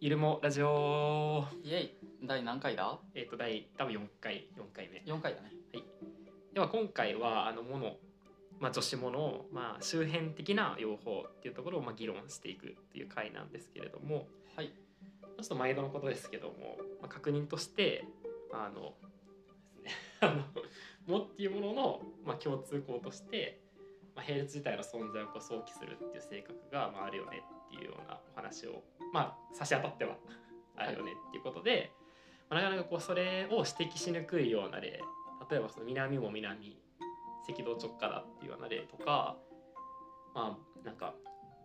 イルモラジオイエイ第何回だえっ、と第多分4回4回目 ?4 回だね。では今回はあのものまあ助詞ものをまあ周辺的な用法っていうところをまあ議論していくっていう回なんですけれどもはい。ちょっと毎度のことですけども、まあ、確認としてあのですねあの「も」っていうもののまあ共通項として、まあ、並列自体の存在をこう想起するっていう性格がまああるよねっていうようなお話をまあ差し当たってはあるよねっていうことで、まあ、なかなかこうそれを指摘しにくいような例例えばその南も南赤道直下だっていうような例とかまあなんか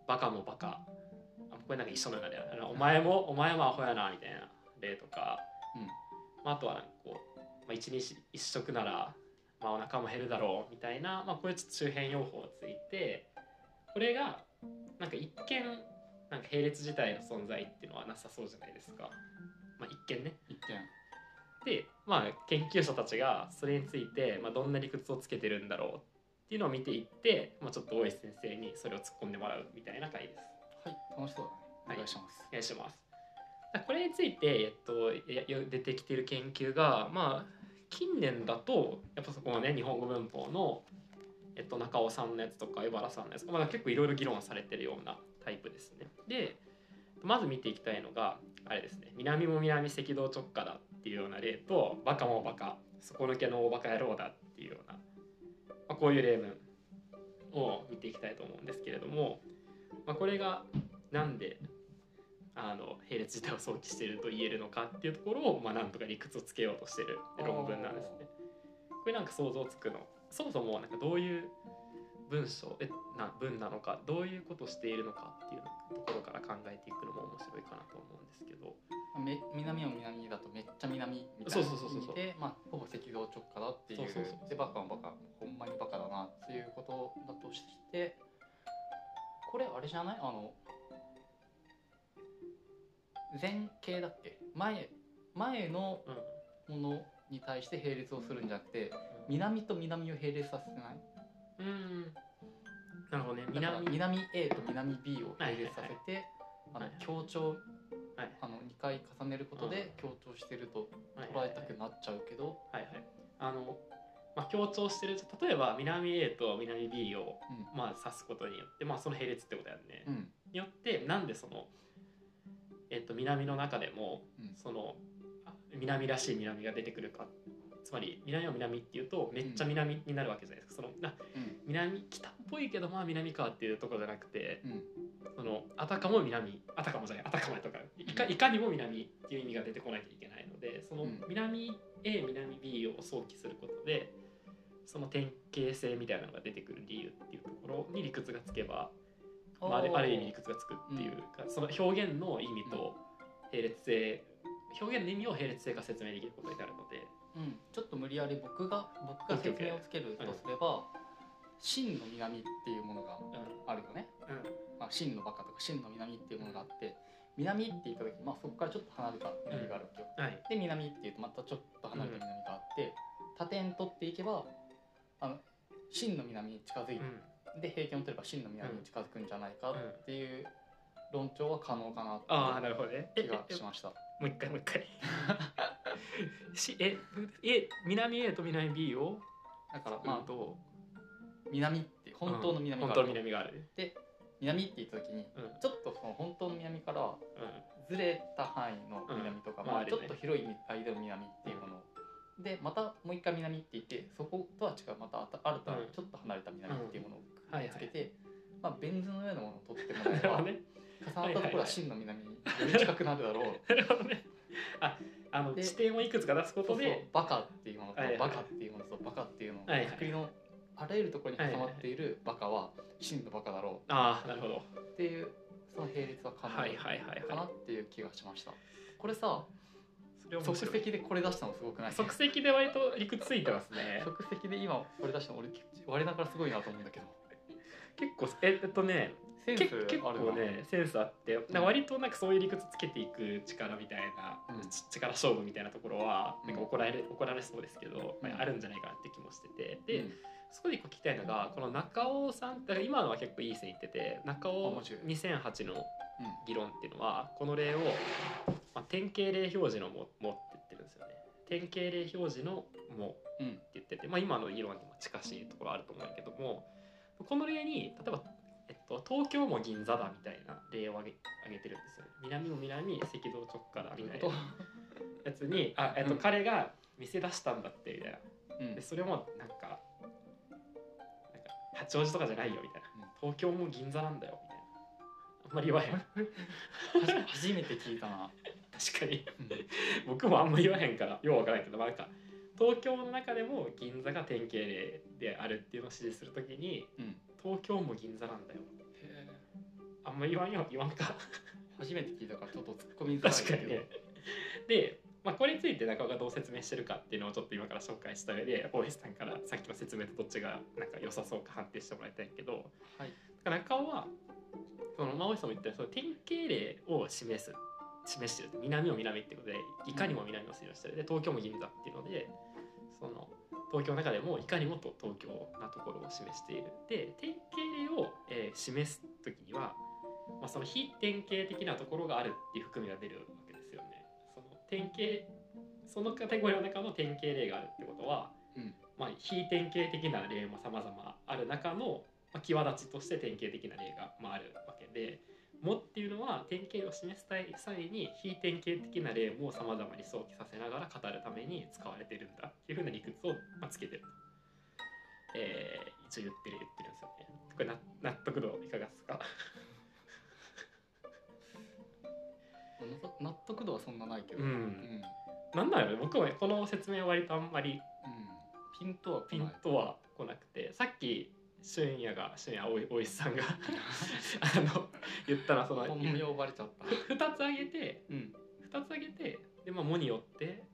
バカもバカあこれなんか一緒のような例だなお前もお前もアホやなみたいな例とか、まあ、あとはなんかこう、まあ、一日一食なら、まあ、お腹も減るだろうみたいな、まあ、こういうちょっと周辺用法がついてこれがなんか一見なんか並列自体の存在っていうのはなさそうじゃないですか、まあ、一見ね。一見。で、まあ、研究者たちがそれについて、まあ、どんな理屈をつけてるんだろうっていうのを見ていって、まあ、ちょっと大石先生にそれを突っ込んでもらうみたいな回です。はい。楽しそうだね。おはい願いしますお。願いします。これについて、えっと、やよ出てきている研究が、まあ、近年だとやっぱそこはね日本語文法の、えっと、中尾さんのやつとか江原さんのやつとか、まあ、結構いろいろ議論されてるようなタイプですね。でまず見ていきたいのがあれですね南も南赤道直下だっていうような例とバカもバカ底抜けの大バカ野郎だっていうような、まあ、こういう例文を見ていきたいと思うんですけれども、まあ、これがなんであの並列自体を想起していると言えるのかっていうところを、まあ、なんとか理屈をつけようとしてる論文なんですね。これなんか想像つくのそもそもなんかどういう文章えな文なのかどういうことをしているのかっていうところから考えていくのも面白いかなと思うんですけどめ南も南だとめっちゃ南みたそいうなそうそうそう意味で、まあ、ほぼ赤道直下だっていう。そうそうそうそうで、バカもバカ、ほんまにバカだなっていうことだとして、これあれじゃないあの、前傾だっけ前、前のうん、ものに対して並列をするんじゃなくて、南と南を並列させてないうんなるほどねだから南南 A と南 B を並列させはて、いはいあの強調はいあの2回重ねることで強調してるとはい捉えたくなっちゃうけど、はいはいあの、まあ、強調してる例えば南 A と南 B をうんまあ指すことによってまあその並列ってことだよね、うんによってなんでそのえっと南の中でもうんそのあ南らしい南が出てくるかつまり南は南っていうとめっちゃ南になるわけじゃないですか、そのなうん南北っぽいけどまあ南かっていうところじゃなくてうんそのあたかも南あたかもじゃないあたかもとかいかいかにも南っていう意味が出てこなきゃいけないのでそのうん南 A 南 B を想起することでその典型性みたいなのが出てくる理由っていうところに理屈がつけばまあ、あるある意味理屈がつくっていうか、その表現の意味と並列性、表現の意味を並列性が説明できることになるので、うん、ちょっと無理やり僕が僕が説明をつけるとすれば真の南っていうものがあるよね、うんまあ、真のバカとか真の南っていうものがあって南って言った時、まあ、そこからちょっと離れた南があるわけよ、はい、で南っていうとまたちょっと離れた南があって、他点取っていけばあの真の南に近づいて、で平均を取れば真の南に近づくんじゃないかっていう論調は可能かなああってなるほどね。いう気がしました。もう一回もう一回。 しええ南 A と南 B を だからまあまあど南ってう本当の南うん本があ当る、の南がある。で南って言った時にうんうんちょっとその本当の南からずれた範囲の南とか、うんままあああ、るちねょっと広い間の南っていうもの、でまたもう一回南って言ってそことは違うまた新たなうんちょっと離れた南っていうものをはいはいつけて、まあ、ベン図のようなものを取ってもら なえるほどね。ば重なったところは真の南により近くなるだろうなるほどね。ああので地点をいくつか出すことそうそうで。バカっていうものとはいはいバカっていうものとバカっていうのはいはい作りのあらゆるところに挟まっているバカは真のバカだろああなるほど。うっていうその並列は可能はいはいはいかなはっていう気がしましたこれさい。それ面即白い席でこれ出したのすごくない即席で割と理屈ついてますね。即席で今これ出したの俺我ながらすごいなと思うんだけど結構ええっとねセンスけ結あ構るなねセンスあってなんか割となんかそういう理屈つけていく力みたいな、うんち力勝負みたいなところはうんなんか怒られ怒られそうですけど、まうんあ、あるんじゃないかなって気もしててうで、んそこで一個聞きたいのがこの中尾さんって今のは結構いい線いってて中あ尾面白い2008のうん議論っていうのはこの例を、まあ、典型例表示のも「も」って言ってるんですよね。典型例表示の「も」うんって言ってて、まあ、今の議論にも近しいところあると思うんだけどもこの例に例えば、えっと、東京も銀座だみたいな例を挙げ挙げてるんですよね。南も南赤道直下だみたいなやつにあ、えっとうん彼が店出したんだってみたいな。うんでそれもなんかなんか八王子とかじゃないよみたいな、うん東京も銀座なんだよみたいなあんまり言わへんはじ初めて聞いたな、確かにうん僕もあんまり言わへんからようわからんけど、まあ、なんか東京の中でも銀座が典型例であるっていうのを指示するときにうん東京も銀座なんだよあんまり言わんよ言わん か初めて聞いたからちょっとツッコミづらい確けかどにねで、まあ、これについて中尾がどう説明してるかっていうのをちょっと今から紹介した上で大江さんからさっきの説明とどっちがなんか良さそうか判定してもらいたいけどはい中尾はその真大さんも言ったようにその典型例を示す示してる南も南ってことでいかにも南を推論してるで東京も銀座っていうのでその東京の中でもいかにもと東京なところを示しているで典型例を、えー示す時には、まあ、その非典型的なところがあるっていう含みが出るわけですよね。その典型そのカテゴリーの中の典型例があるってことは、うんまあ、非典型的な例も様々ある中の、まあ、際立ちとして典型的な例が、まあ、あるわけで「も」っていうのは典型を示したい際に非典型的な例も様々に想起させながら語るために使われてるんだっていうふうな理屈を、まあ、つけてると、えー一応言ってる言ってるんですよね。これな納得度いかがですか納納得度はそんなないけど、うんうんなんなんやろね僕はこの説明は割とあんまりピントはピ来ないンとは来なくてさっき俊也が俊也おいおいさんが あの言ったらその本2名呼ばれちゃったつ挙げてうん2つ挙げてでまあ「も」によって、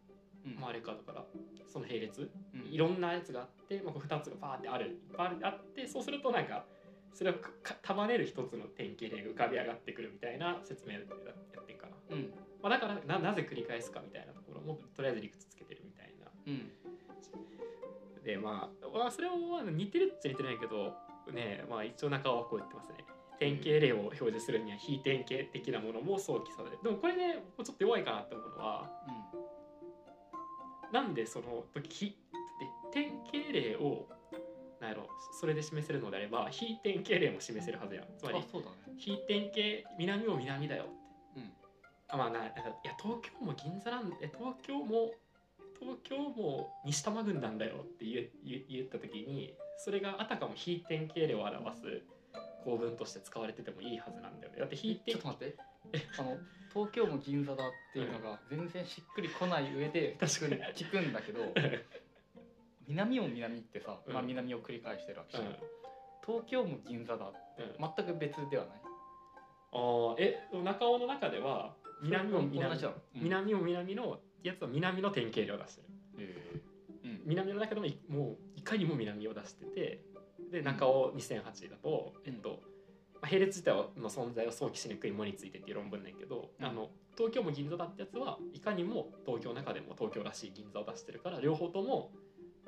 うんまあ、あれかだからその並列うんいろんなやつがあって、まあ、こう2つがバーってあるいっぱいあるあってそうするとなんかそれをかか束ねる一つの典型例が浮かび上がってくるみたいな説明やってるかな、うんまあ、だからななぜ繰り返すかみたいなところもとりあえず理屈つけてるみたいなうんでまあ、まあ、それは似てるっちゃ似てないけどねまあ一応中尾はこう言ってますね典型例を表示するには非典型的なものも想起されるでもこれね僕ちょっと弱いかなって思うのはなんでその時非で典型例をなんやろそれで示せるのであれば非典型例も示せるはずやんつまうんありそうだね非典型南も南だよってうんあまあななんかいや東京も銀座なんえ東京も東京も西多摩郡なんだよって言え言え言った時にそれがあたかも非典型例を表す構文として使われててもいいはずなんだよねだって非ち典ょっと待ってあの東京も銀座だっていうのが全然しっくりこない上で確かに聞くんだ けど南も南ってさ、まあ、うん南を繰り返してるわけじゃ、うんん東京も銀座だうんあ全く別ではないーえ中尾の中では南も同南じだろ、うん南も南のやつは南の典型例を出してるえーうん南の中でもいもういかにも南を出しててで中尾2008だと、うんえっとまあ、並列自体の存在を想起しにくいもについてっていう論文なんやけど、うんあの東京も銀座だってやつはいかにも東京の中でも東京らしい銀座を出してるから両方とも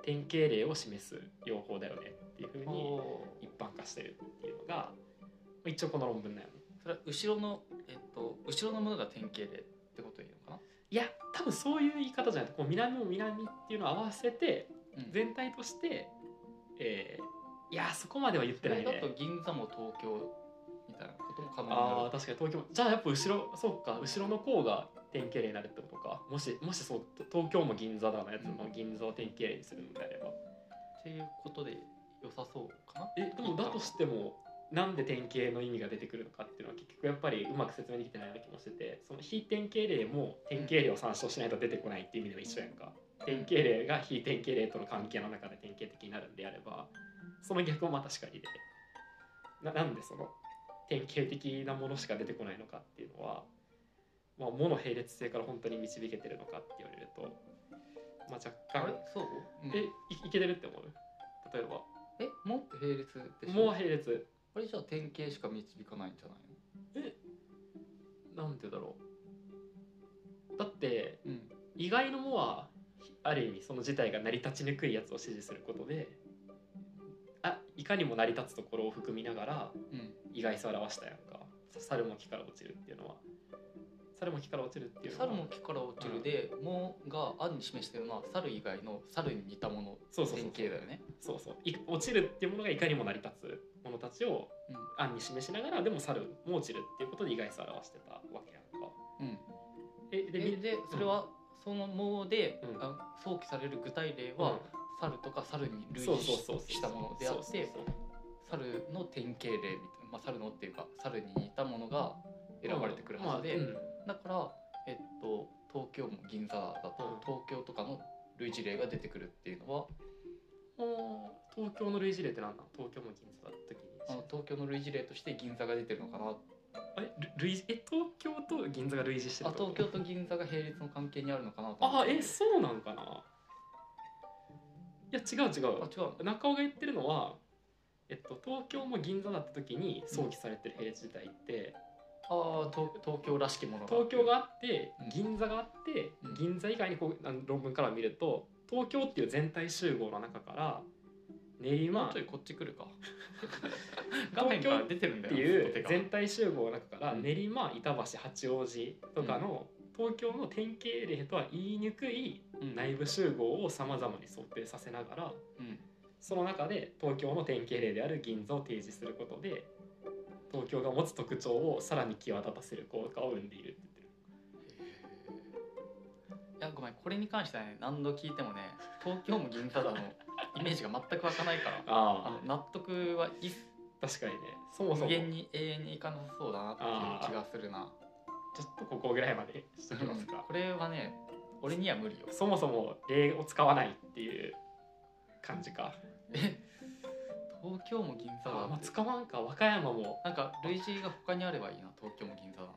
典型例を示す用法だよねっていうふうにおー一般化してるっていうのがまあ一応この論文だよね。それは後ろのえっと後ろのものが典型例ってことでいいのかいや多分そういう言い方じゃなくてこう南も南っていうのを合わせてな、うん全体として、えーいやそこまでは言ってないね。それだと銀座も東京みたいなことも可能になあるー確かに東京もじゃあやっぱ後ろそうか後ろの項が典型例になるってことかもしもしそうと東京も銀座だのやつも銀座を典型例にするのであれば、っていうことで良さそうかなえでもだとしてもなんで典型の意味が出てくるのかっていうのは結局やっぱりうまく説明できてないような気もしててその非典型例も典型例を参照しないと出てこないっていう意味でも一緒やんか典型例が非典型例との関係の中で典型的になるんであればその逆もまあ確かにでななんでその典型的なものしか出てこないのかっていうのは、まあ、もの並列性から本当に導けてるのかって言われると、まあ、若あれ干そう、うんえいいけてるって思う例えばえもって並列でしもょう並列これじゃあ典型しか導かないんじゃないのなんてだろうだってうん意外のもはある意味その事態が成り立ちにくいやつを支持することであいかにも成り立つところを含みながらうん意外さを表したやんか猿も木から落ちるっていうのは猿も木から落ちるっていうのは猿も木から落ちるで「も」が「あ」に示してるのは猿以外の猿に似たものそうそうそう典型だよね。そうそうい落ちるっていうものがいかにも成り立つものたちをうん案に示しながらでも猿も落ちるっていうことで意外さを表してたわけやんかうんえででみでそれはその「も」で、うんあ想起される具体例うんは、猿とか猿に類そう似そうそうそうしたものであってそうそうそう猿の典型例みたいな、まあ、猿のっていうか猿に似たものが選ばれてくるはずで、まあうんだから、えっと、東京も銀座だと、うん東京とかの類似例が出てくるっていうのは東京の類似例って何なん東京も銀座だった時にあの東京の類似例として銀座が出てるのかなあれる類似え東京と銀座が類似してるあってこと東京と銀座が並列の関係にあるのかなと思あってえそうなんかないや違う違あう違うの中尾が言ってるのはえっと東京も銀座だった時に想起されてる並列時代って、あー東東京らしきもの東京がああってうん銀座があって、うん銀座以外にこうあの論文から見ると東京っていう全体集合の中から練今馬ちょいこっち来 るか画面東京から出てるんっだてよいう全全体集合の中からうん練馬板橋八王子とかの東京の典型例とは言いにくい内部集合をさまざまに想定させながらうんその中で東京の典型例である銀座を提示することで東京が持つ特徴をさらに際立たせる効果を生んでいるって言ってる。いやごめんこれに関してはね何度聞いてもね東京も銀 座だのイメージが全く湧かないからああの納得は一あ確かにねそもそ無も限に永遠にいかなさそうだなっていう気がするなちょっとここぐらいまでしときますかこれはね俺には無理よそもそも例を使わないっていう感じかえ東京も銀座だあ、まあ、って使わんか和歌山もなんか類似が他にあればいいな東京も銀座だの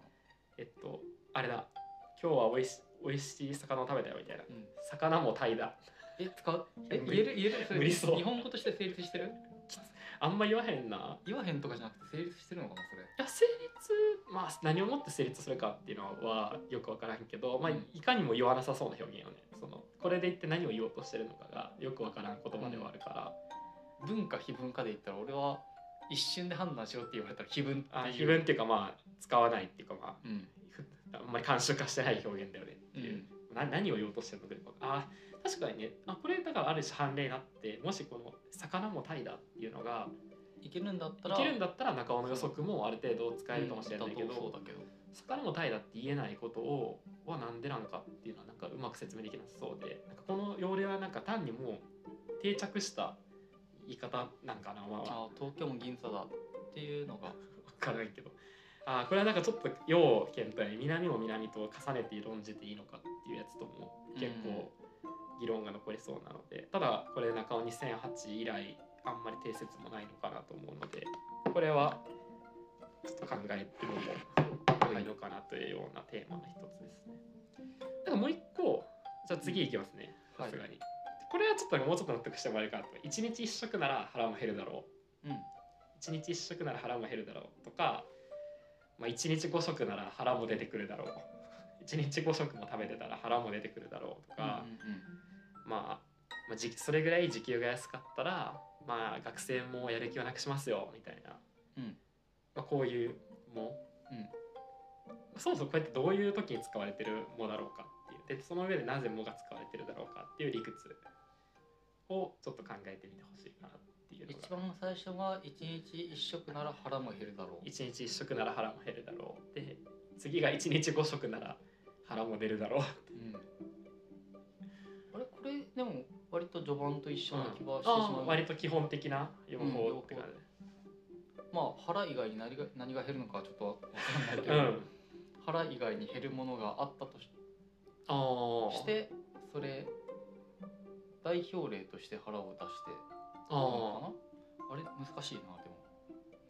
えっとあれだ今日はおいしおいしい魚を食べたよみたいなうん魚もタイだえ使うえ無言理える言えるそれ無理そう日本語として成立してるあんま言わへんな言わへんとかじゃなくて成立してるのかなそれいや成立まあ何をもって成立するかっていうのはよくわからんけど、まあうん、いかにも言わなさそうな表現をねそのこれで言って何を言おうとしてるのかがよくわからん言葉ではあるから、文化非文化で言ったら俺は一瞬で判断しろって言われたら非文ってあいう非文っていうかまあ使わないっていうかまうんああんまり慣習化してない表現だよねってういう、んな何を言おうとしてるのかよくわかんあ確かにねあこれだからある種判例になってもしこの「魚もタイだ」っていうのがいけるんだったいらけるんだったら中尾の予測もある程度使えるかもしれないけうん妥当どそうだけど魚もタイだって言えないことをはなんでなのかっていうのはなんかうまく説明できなさそうでなんかこの要領はなんか単にもう定着した言い方なんかなまあわあー東京も銀座だっていうのがからんけどあーこれはなんかちょっと要件とね南も南と重ねて論じていいのかっていうやつとも結構議論が残りそうなのでただこれ中尾2008以来あんまり定説もないのかなと思うのでこれはちょっと考えてもいいのかなというようなテーマの一つですね。なんかもう一個じゃあ次いきますねうんさすがに。これはちょっともうちょっと納得してもらえるかなと一日一食なら腹も減るだろううん1日1食なら腹も減るだろうとか、まあ、1日5食なら腹も出てくるだろう1日5食も食べてたら腹も出てくるだろうとか、まあ、まあじそれぐらい時給が安かったら、まあ、学生もやる気はなくしますよみたいな、うんまあ、こういうも、うんそもそもこうやってどういう時に使われてるもだろうかっていうでその上でなぜもが使われてるだろうかっていう理屈をちょっと考えてみてほしいかなっていうのが一番最初が一日一食なら腹も減るだろう一日一食なら腹も減るだろうで次が一日五食なら腹も出るだろううんあれこれでも割と序盤と一緒な気はしてあしまーう、割と基本的な用法って感まあ腹以外に何が何が減るのかはちょっとわかんないけじ、ど、うん腹以外に減るものがあったとしあーしてそれ代表例として腹を出してあなーのかなあれ難しいなでもこ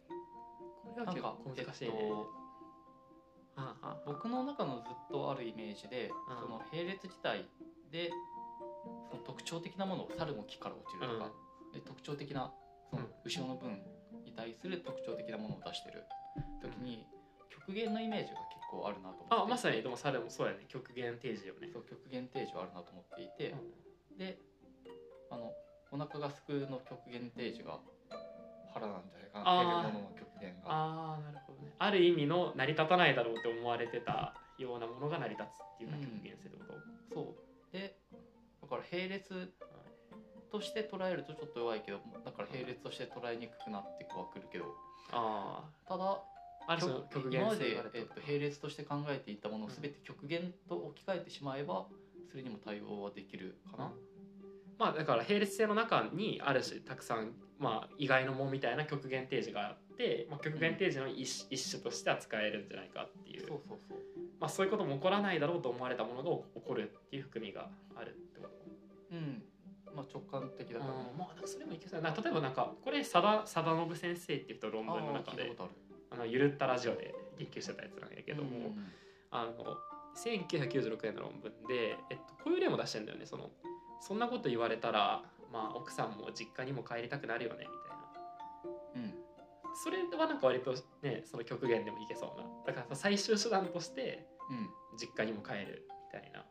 れはなん結か構難しいね、えっとあーあ僕の中のずっとあるイメージで、うんその並列自体でその特徴的なものを猿も木から落ちるとか、で特徴的なそのうん後ろの分に対する特徴的なものを出してる時に、極限のイメージが結構あるなと思ってーあまさにでも猿もそうやね極限定示よねそう極限定示はあるなと思っていて、うであのお腹がすくの極限定示がからなんじゃないかあーなヘルモノの極限がああなるほどねある意味の成り立たないだろうって思われてたようなものが成り立つっていうような極限性ってこと、そうでだから並列として捉えるとちょっと弱いけどだから並列として捉えにくくなってはくるけどあただあある種の極今限ま性でがある、えっとと、並列として考えていたものを全て極限と置き換えてしまえばそれにも対応はできるかな、まあだから並列性の中にあるしたくさん、まあ、意外のもみたいな極限定示があって、まあ、極限定示の一,、一種として扱えるんじゃないかっていうそうそうそうまあ、そういうことも起こらないだろうと思われたものが起こるっていう含みがあるってことうんまあ直感的だだかからら、ね、まあなんかそれもいけそうだな例えばなんかこれ貞貞信先生っていう人論文のああ中聞いでたことあるあのゆるったラジオで研究してたやつなんやけども、うんあの1996年の論文で、えっと、こういう例も出してんだよねそのそんなこと言われたら、まあ、奥さんも実家にも帰りたくなるよねみたいなうんそれはなんか割とねその極限でもいけそうなだからさ最終手段としてうん実家にも帰るみたいな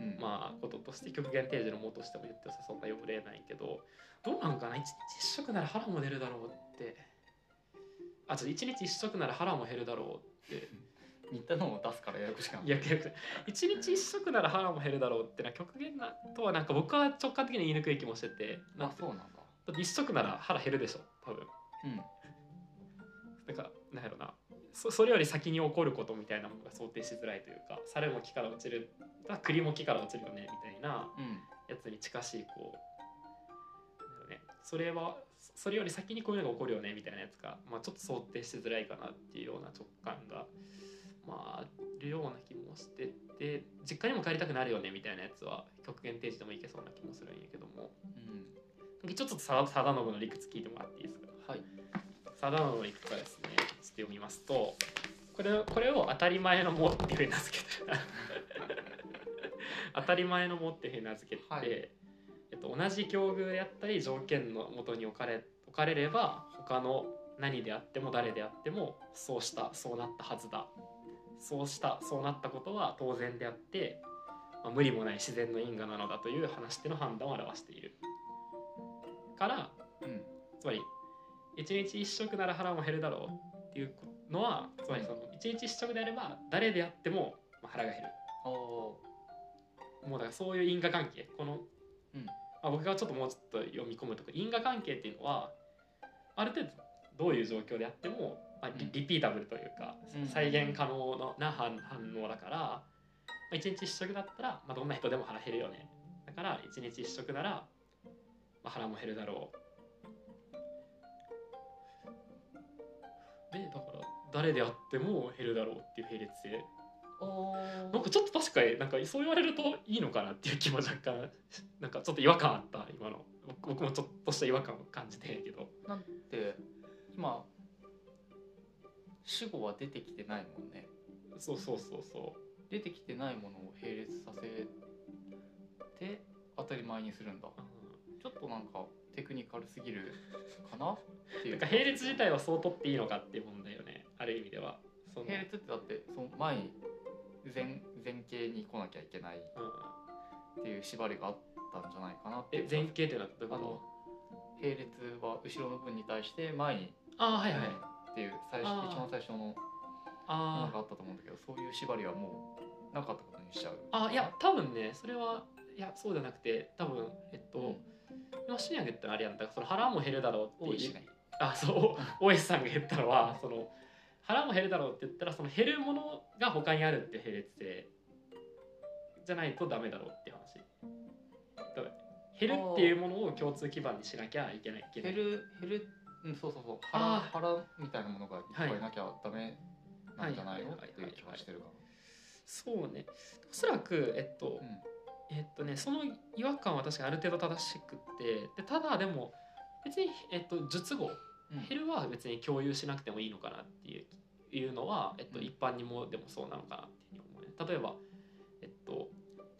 うんまあ、こととして極限定示のものとしても言ってさそんな汚れないけどどうなんかな一日一食なら腹も出るだろうってあちょっと一日一食なら腹も減るだろうって似たのを出すからややこしくなるいや逆に一日一食なら腹も減るだろうってな極限なとはなんか僕は直感的に言いにくい気もしててなあんてそうなんだだって一食なら腹減るでしょ多分うんなんかなんやろなそそれより先に起こることみたいなものが想定しづらいというか猿も木から落ちるだ栗も木から落ちるよねみたいなうんやつに近しいこうなんだろうねそれはそそれより先にこういうのが起こるよねみたいなやつが、まあ、ちょっと想定しづらいかなっていうような直感が、まあ、あるような気もしてて実家にも帰りたくなるよねみたいなやつは極限定示でもいけそうな気もするんやけどもうんちょっとさ貞信の理屈聞いてもらっていいですかはい貞信の理屈はですねちょっと読みますとこれこれを当たり前のもっていうふうに名付け た当たり前のもっていうふうに名付けて、はいえっと、同じ境遇であったり条件のもとに置かれ置かれれば他の何であっても誰であってもそうしたそうなったはずだそうしたそうなったことは当然であって、まあ、無理もない自然の因果なのだという話での判断を表しているからうんつまり一日一食なら腹も減るだろうっていうのはつまりその一日一食であれば誰であってもまあ腹が減るあーもうだからそういう因果関係この、うんまあ、僕がちょっともうちょっと読み込むとこ因果関係っていうのはある程度どういう状況であっても、まあ、リうんリピータブルというか、うん再現可能な反反応だから、まあ、一日一食だったら、まあ、どんな人でも腹減るよねだから一日一食なら、まあ、腹も減るだろうでだから誰であっても減るだろうっていう並列性あなんかちょっと確かになんかそう言われるといいのかなっていう気も若干なんかちょっと違和感あった今の僕僕もちょっとした違和感を感じてんやけどーなんて今死後は出てきてないもんねそうそうそうそ出てきてないものを並列させて当たり前にするんだう、ちょっとなんかテクニカルすぎるかなってういん、なかうん並列自体はそう取っていいのかっていう問題よねある意味ではその、並列ってだってその前に前前景に来なきゃいけないっうん、ていう縛りがあったんじゃないかなっていえう前傾っていうのはどういうこあのと並列は後ろの分に対して前にああはいはい、っていう最初あー一番最初のものあがあったと思うんだけどそういう縛りはもうなかったことにしちゃうああいや多分ねそれはいやそうじゃなくて多分えっと、うん今シニアが言ったのあれやんだからその腹も減るだろうって多いういしねあそう大石さんが言ったのはその腹も減るだろうって言ったらその減るものが他にあるっていう並列性じゃないとダメだろうっていう話だから減るっていうものを共通基盤にしなきゃいけないいけない減る減るうんそうそうそう腹あー腹みたいなものがいっぱいなきゃダメなんじゃないのはっいはいはいていう気はしてるかそうねおそらくえっと、なえっとねその違和感は確かにある程度正しくてでただでも別に、えっと、術語うんうんヘルは別に共有しなくてもいいのかなっていういうのは、えっと、うん一般にもでもそうなのかなっていうふうに思うね。例えば、えっと、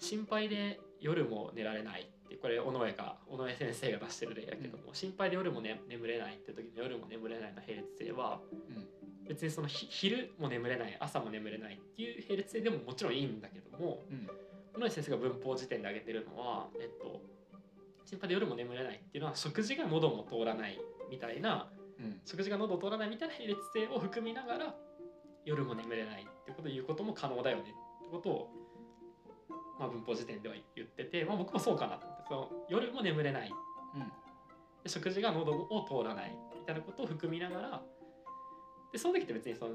心配で夜も寝られないってこれ尾上が尾上先生が出してる例やけども、心配で夜も、ね、眠れないって時の夜も眠れないの並列性はうん別にそのひ昼も眠れない朝も眠れないっていう並列性でももちろんいいんだけどもうん尾上先生が文法辞典で挙げてるのは、えっと、心配で夜も眠れないっていうのは食事が喉も通らないみたいなうん食事が喉を通らないみたいな並列性を含みながら夜も眠れないってことを言うことも可能だよねってことを、まあ、文法辞典では言ってて、まあ、僕もそうかなと思ってその夜も眠れないうんで食事が喉を通らないみたいなことを含みながらでその時って別にその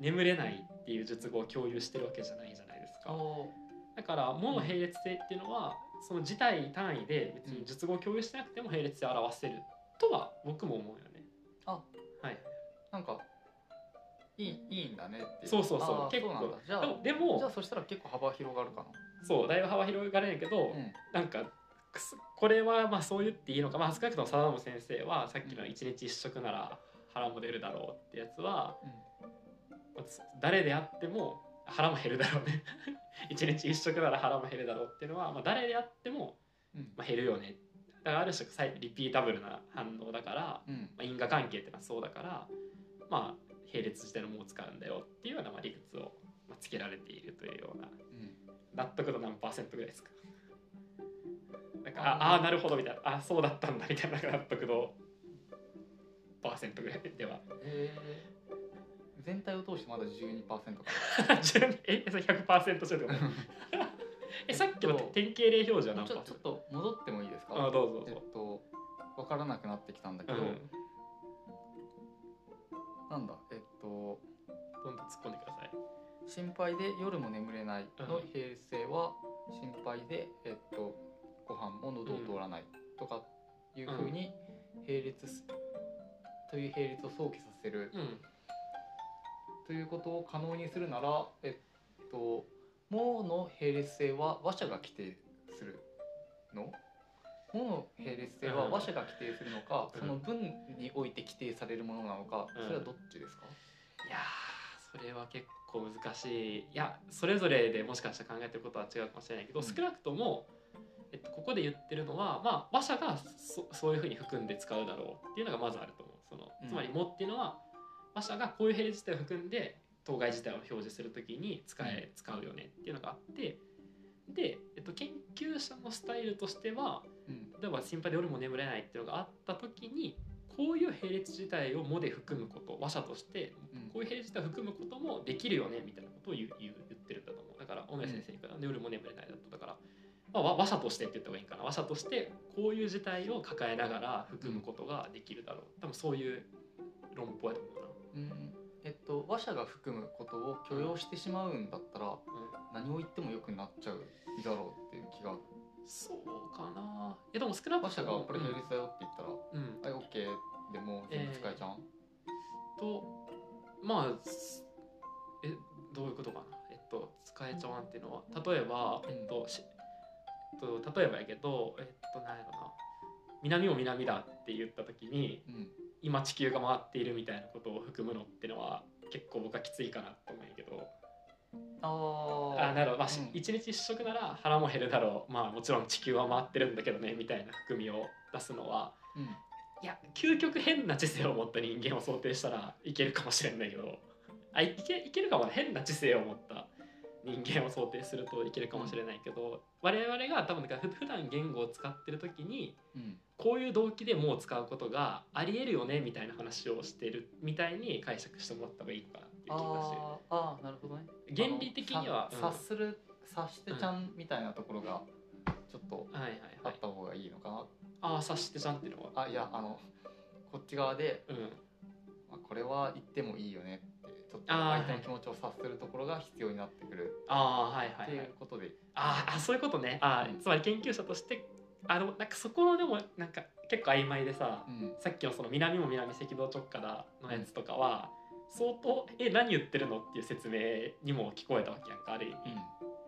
眠れないっていう術語を共有してるわけじゃないじゃないですか。おだからもの並列性っていうのはその事態単位で別に術語を共有してなくても並列性を表せるとは僕も思うよね。あはい、なんかいいいいんだねっていそうそうそうあー結構なんだじゃあでじゃもあそしたら結構幅広がるかそうだいぶ幅広がれるけど、な、うんなんかくすこれはまあそう言っていいのか、まあ、少なくとも貞本先生はさっきの「一日一食なら腹も出るだろう」ってやつは、まあつ誰であっても腹も減るだろうね 一日一食なら腹も減るだろうっていうのは、まあ、誰であってもうんうんまあ、減るよねだからある種さいリピータブルな反応だから、まうんあ、因果関係ってのはそうだからまあ並列してのものを使うんだよっていうようなまあ理屈をまあつけられているというようなうん納得度何パーセントぐらいですかなんかあああーなるほどみたいなあそうだったんだみたいな納得度パーセントぐらいでは えー全体を通してまだ12%か10えそれ100%以上でもな えさっきの典型例表示はも何うちパーょちセょンっトと戻ってもいいですかあどうぞえどうぞっと分からなくなってきたんだけうんど、どなんだえっとんどん突っ込んでください心配で夜も眠れないの並列性は心配で、えっと、ご飯も喉を通らないとかいうふうに並列す、という並列を想起させるうんということを可能にするならえっと「も」の並列性は話者が規定するの「も」の並列性は話者が規定するのか、うんその文において規定されるものなのか、うんそれはどっちですか、いやーそれは結構難しいいやそれぞれでもしかしたら考えてることは違うかもしれないけど、うん少なくとも、えっと、ここで言ってるのは、まあ、話者がそそういうふうに含んで使うだろうっていうのがまずあると思うそのうんつまり「も」っていうのは話者がこういう並列自体を含んで当該自体を表示するときに使え、使うよねっていうのがあってで、えっと、研究者のスタイルとしてはうん例えば心配で夜も眠れないっていうのがあった時にこういう並列自体を「も」で含むこと話者としてうんこういう平時を含むこともできるよねみたいなことを言う言う言ってるんだと思うだから大宮先生にから、夜も眠れないだとだから、まあ、わ話者としてって言った方がいいかな話者としてこういう事態を抱えながら含むことができるだろう多分そういう論法やと思うんえっと、話者が含むことを許容してしまうんだったらうな、うん、何を言ってもよくなっちゃうだろうっていう気がそうかないやでも少なく話者とがもこれ並列だよって言ったらうんうん「はい OK」でもう全部使えちゃう、とまあすえどういうことかなえっと使えちゃわんっていうのは例えばうんえっと,し、えっと例えばやけどえっとなんやろな南も南だって言った時にうん今地球が回っているみたいなことを含むのってのは結構僕はきついかなと思うんやけどあーあなるほど、まあしうん一日一食なら腹も減るだろうまあもちろん地球は回ってるんだけどねみたいな含みを出すのはうんいや究極変な知性を持った人間を想定したらいけるかもしれないけどあいいけいけるかもね変な知性を持った人間を想定するといけるかもしれないけど、我々が多分だからふ普段言語を使ってる時にうんこういう動機でもう使うことがありえるよねみたいな話をしてるみたいに解釈してもらった方がいいのかなっていう気がしてあーあーなるほどね原理的にはあのうんさ察する察してちゃんみたいなところがちょっとはいはいあはっいた方がいいのかな、ああ察してちゃんっていうのはあいやあのこっち側で、うんまあ、これは言ってもいいよねってちょっとあー相手の気持ちを察するところが必要になってくるああはいっはていいはいうことで、あーあそういうことねあー、うんつまり研究者としてあのなんかそこのでもなんか結構曖昧でさ、うんさっきのその南も南赤道直下だのやつとかは、相当「え何言ってるの?」っていう説明にも聞こえたわけやんかある意味、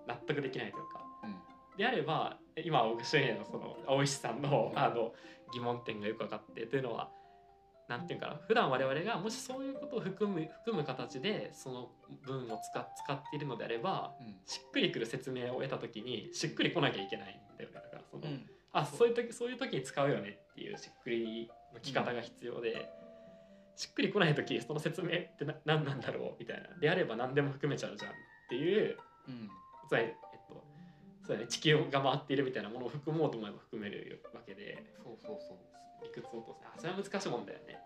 納得できないというか。うんであれば今僕周平のその青石さんのうんあの疑問点がよく分かってというのはなんていうかな普段我々がもしそういうことを含む含む形でその文を使っ使っているのであればうんしっくりくる説明を得た時にしっくりこなきゃいけないんだよねだからその、うんあそういう時そういう時に使うよねっていうしっくりの着方が必要で、しっくりこない時その説明ってな何なんだろうみたいなであれば何でも含めちゃうじゃんっていううんつまり、えっとそうだね、地球が回っているみたいなものを含もうと思えば含めるわけでそうそうそう理屈を通すあそれは難しいもんだよね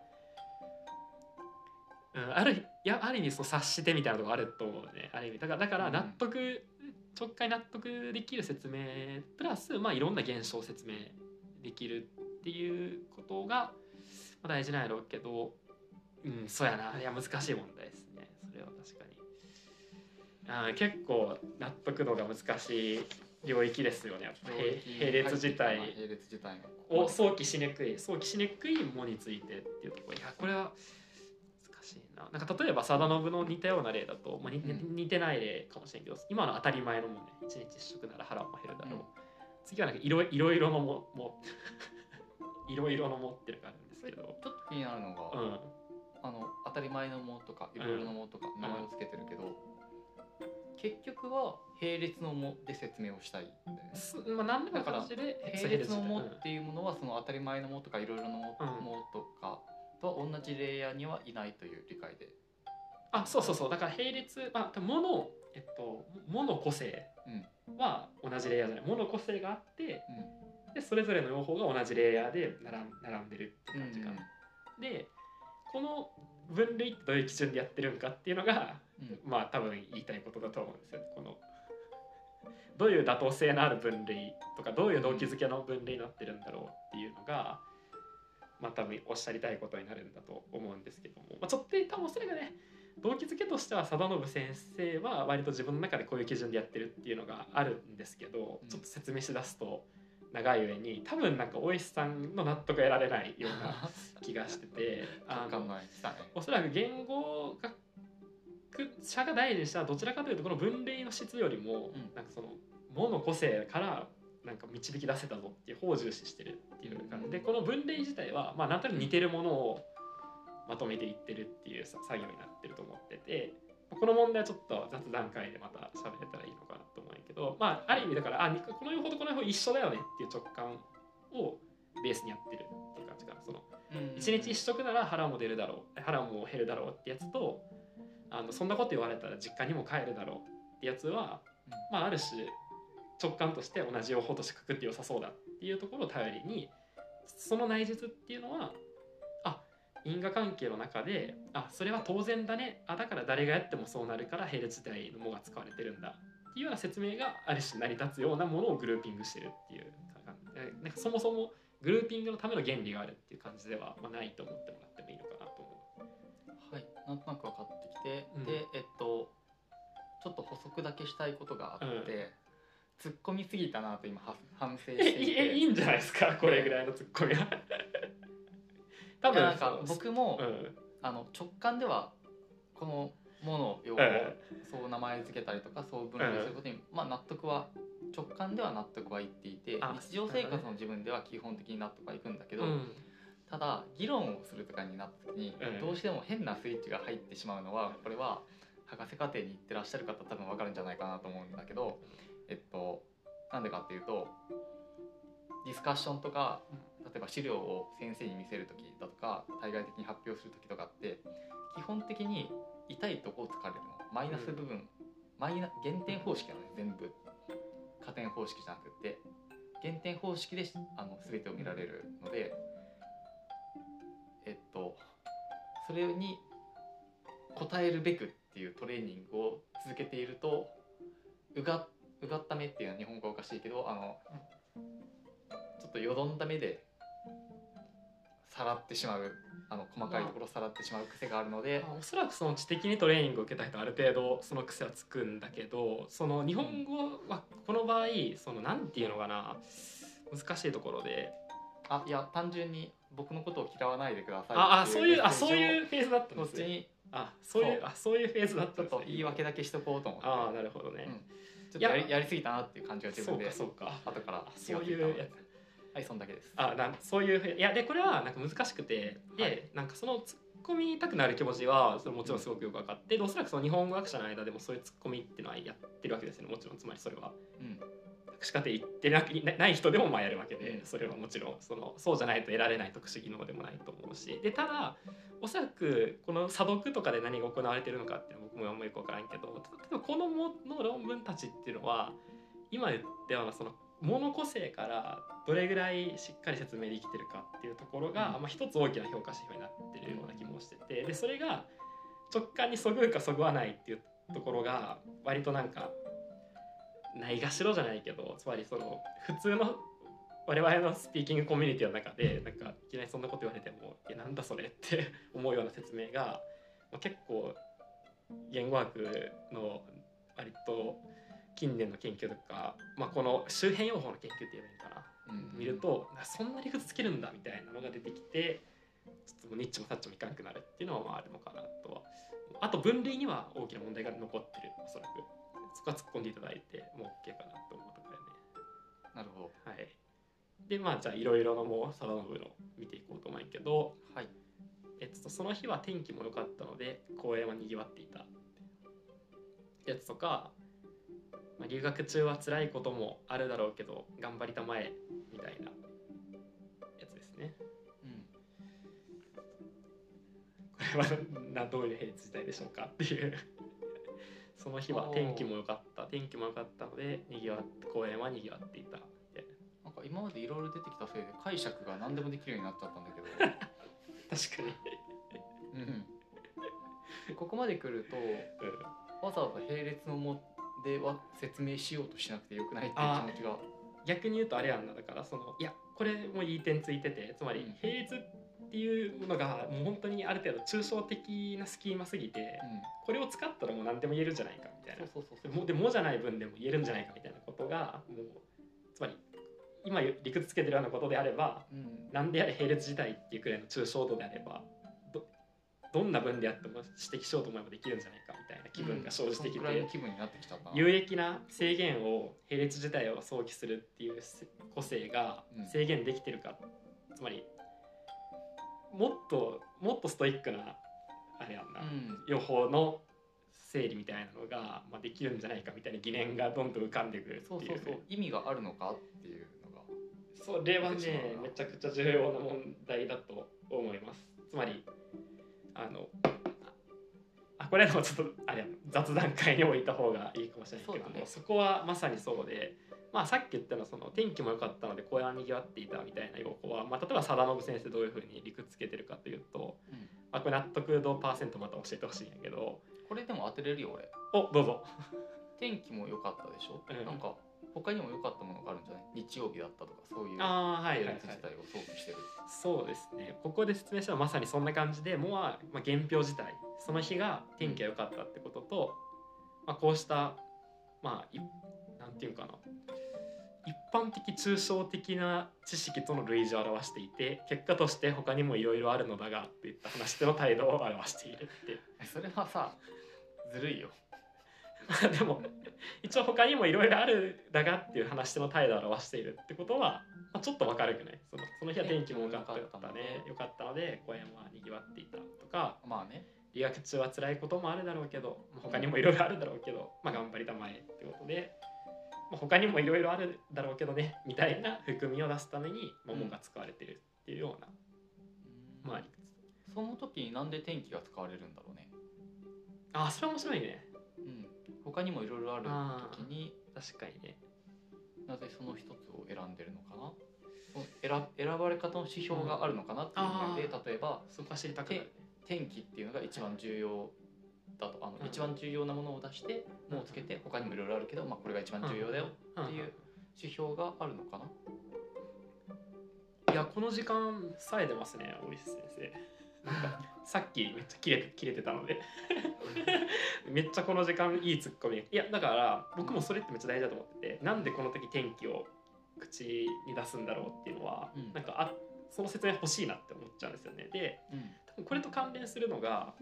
うん、あるいやある意味そう察してみたいなとこあると思うねある意味だからだからうん納得、直感に納得できる説明プラス、まあ、いろんな現象を説明できるっていうことがまあ大事なんやろうけどうんそうやないや難しい問題ですねそれは確かにあー結構納得度が難しい領域ですよねやっぱ並並列自体並列自体がを想起しにくい想起しにくいものについてっていうところいやこれは難しいななんか例えば貞信の似たような例だと、まあ似てうん似てない例かもしれんけど今の当たり前のもんね一日一食なら腹も減るだろう、次はなんかいろいろいろのももいろいろのもっていうの があるんですけど、ちょっと気になるのうが、ん、あの当たり前のものとかいろいろのものとか名前をつけてるけど、結局は並列のもで説明をしたいんだよねすまあ何らかの形で並列のうもんっていうものはその当たり前のものとかいろいろのもうんものとかとは同じレイヤーにはいないという理解で、あそうそうそうだから並列まあものえっともの個性は同じレイヤーじゃないもの個性があってうでそれぞれの用法が同じレイヤーで並ん並んでるってん感じかな。でこの分類ってどういう基準でやってるんかっていうのがうんまあ多分言いたいことだと思うんですよね。このどういう妥当性のある分類とかどういう動機づけの分類になってるんだろうっていうのが。まあ、多分おっしゃりたいことになるんだと思うんですけども、まあ、ちょっと多分それがね動機づけとしては貞信先生は割と自分の中でこういう基準でやってるっていうのがあるんですけど、うんちょっと説明しだすと長い上に多分なんか大石さんの納得得られないような 気がしててあ直の感が来たねおそらく言語学者が大事にしたのはどちらかというとこの分類の質よりも、うんなんかそのもの個性からなんか導き出せたぞっていう方を重視してるっていう感じで、うんこの分類自体はまあなんとなく似てるものをまとめていってるっていうさ作業になってると思ってて。この問題はちょっと雑談会でまた喋れたらいいのかなと思うんやけど、まあ、ある意味だからあにこの用法とこの用法一緒だよねっていう直感をベースにやってるっていう感じかなその一日一食なら腹も出るだろう腹も減るだろうってやつとあのそんなこと言われたら実家にも帰るだろうってやつは、まあ、ある種直感として同じ用法としてくくって良さそうだっていうところを頼りにその内実っていうのはあ因果関係の中であそれは当然だねあだから誰がやってもそうなるから並列時代の「も」が使われてるんだっていうような説明がある種成り立つようなものをグルーピングしてるっていう感じえなんかそもそもグルーピングのための原理があるっていう感じでは、まあ、ないと思ってもらってもいいのかなと思はいなんとなく分かってきて、うんでえっとちょっと補足だけしたいことがあって、突っ込みすぎたなと今は反省う。しえていいてえいいんじゃないですか これぐらいのツッコミ は。多いや分なんか僕も、うんあの直感ではこのものを用語をそう名前付けたりとかそう分類することに、まあ納得は直感では納得はいっていてあ日常生活の自分では基本的に納得はいくんだけど、うんただ議論をするとかになった時に、うんどうしても変なスイッチが入ってしまうのはこれは博士課程に行ってらっしゃる方多分わかるんじゃないかなと思うんだけど、えっと、なんでかっていうとディスカッションとか例えば資料を先生に見せる時だとか対外的に発表する時とかって基本的に痛いとこを突かれるのマイナス部分、マイナ減点方式なのね全部加点方式じゃなくって減点方式であの全てを見られるのでえっとそれに応えるべくっていうトレーニングを続けているとうがうがった目っていうのは日本語おかしいけどあのちょっとよどんだ目でさらってしまうあの細かいところをさらってしまう癖があるので、まあおそらくその知的にトレーニングを受けた人はある程度その癖はつくんだけどその日本語はこの場合そのなんていうのかな難しいところであいや単純に僕のことを嫌わないでくださいああそういうあそうういうフェーズだったんこでっすちねにあそういうそうあそういうフェーズだっちたんでょっすとね言い訳だけしとこうと思ってああなるほどね、ちょっとやいりややりすぎたなっていう感じが自そ分うでかそうか後からあそういうやつはいそんだけですあなんそういうふういやでこれはなんか難しくてで、はいなんかその突っ込みたくなる気持ちはそれもちろんすごくよく分かってでおそらくその日本語学者の間でもそういう突っ込みっていうのはやってるわけですよねもちろんつまりそれはうん博士課程行ってなくなない人でもまあやるわけで、うんそれはもちろんそのそうじゃないと得られない特殊技能でもないと思うしでただおそらくこの査読とかで何が行われてるのかっていうのは僕もあんまよく分からんけどた例えばこのもの論文たちっていうのは今言ったようなその物個性からどれぐらいしっかり説明できてるかっていうところが、うんまあ、一つ大きな評価指標になってるような気もしててでそれが直感にそぐうかそぐわないっていうところが割となんかないがしろじゃないけどつまりその普通の我々のスピーキングコミュニティの中でなんかいきなりそんなこと言われても「えなんだそれ」って思うような説明がまあ結構言語学の割と近年の研究とか、まあ、この周辺用法の研究って言えばいいんかなうん見るとあそんな理屈つけるんだみたいなのが出てきてちょっともうニッチもサッチもいかなくなるっていうのはまああるのかなとはあと分類には大きな問題が残ってるおそらくそこは突っ込んでいただいてもう OK かなと思うところなるほだよねはいでまあじゃあいろいろのもう定信の見ていこうと思うんやけど、どはいえっと、その日は天気も良かったので公園は賑わっていたってやつとか、まあ、留学中は辛いこともあるだろうけど頑張りたまえみたいなやつですねうんこれは などういう平日時代でしょうかっていう その日は天気も良かった天気も良かったのでにぎわって公園は賑わっていたみたいなんか今までいろいろ出てきたせいで解釈が何でもできるようになっちゃったんだけ ど、な確かに、うん、ここまで来るとうん、わざわざ並列のもでは説明しようとしなくてよくないってあーいう気持ちが逆に言うとあれやんなだからそのいやこれもいい点ついててつまうんり並列っていうのがもう本当にある程度抽象的なスキーマすぎてこれを使ったらもう何でも言えるんじゃないかみたいうん、なそうそうそうでそうもでもじゃない分でも言えるんじゃないかみたいなことがもうつまり今理屈つけてるようなことであればうん、何であれ並列自体っていうくらいの抽象度であればどどんな分であっても指摘しようと思えばできるんじゃないかみたいな気分が生じてきて、うんそんくらいの気分になってきちゃったな有益な制限を並列自体を想起するっていう個性がうん制限できてるか、つまりもっともっとストイックなあれやんな、うん予報の整理みたいなのが、まあ、できるんじゃないかみたいな疑念がどんどん浮かんでくるってそういそううそう意味があるのかっていうのがそう例はねそうだなめちゃくちゃ重要な問題だと思いますつまりあのあこれはでもちょっとあれや雑談会に置いた方がいいかもしれないけどそうもだそ,、ねこはまさにそうで、まあ、さっき言ったのはその天気も良かったので公園は賑わっていたみたいな要項は、まあ、例えば定信先生どういうふうに理屈つけてるかというと、うんまあ、これ納得度パーセントまた教えてほしいんやけどこれでも当てれるよ俺おどうぞ。天気も良かったでしょ、うんなんか他にも良かったものがあるんじゃない日曜日だったとかそういうあーはいはいはい並列自体を想起してる、そうですねここで説明したのはまさにそんな感じでもうは、まあ、原表自体その日が天気が良かったってことと、まあ、こうしたまあいなんていうかな一般的抽象的な知識との類似を表していて結果として他にもいろいろあるのだがといった話での態度を表しているってそれはさずるいよまあ でも一応他にもいろいろあるだがっていう話の態度を表しているってことは、まあ、ちょっとわかるくないそのその日は天気も良かったね良かったので公園は賑わっていたとかまあね理学中は辛いこともあるだろうけどまあ他にもいろいろあるだろうけど、まあ、頑張りたまえってことで、まあ、他にもいろいろあるだろうけどねみたいな含みを出すために「桃」が使われてるっていうような、まあ理屈その時になんで天気が使われるんだろうね、ああそれ面白いねうん、他にもいろいろある時に確かにねなぜその一つを選んでるのかなその選選ばれ方の指標があるのかなっていうので、例えばそこは知りたくなるね天気っていうのが一番重要だとあの、うん一番重要なものを出して「も」をつけて他にもいろいろあるけど、まあ、これが一番重要だよっていう指標があるのかな、いやこの時間さえ出ますね大石先生なんかさっきめっちゃ切れて切れてたのでめっちゃこの時間いいツッコミいやだから僕もそれってめっちゃ大事だと思っててなんでこの時天気を口に出すんだろうっていうのは、うんなんかあその説明欲しいなって思っちゃうんですよねで 多分これと関連するのが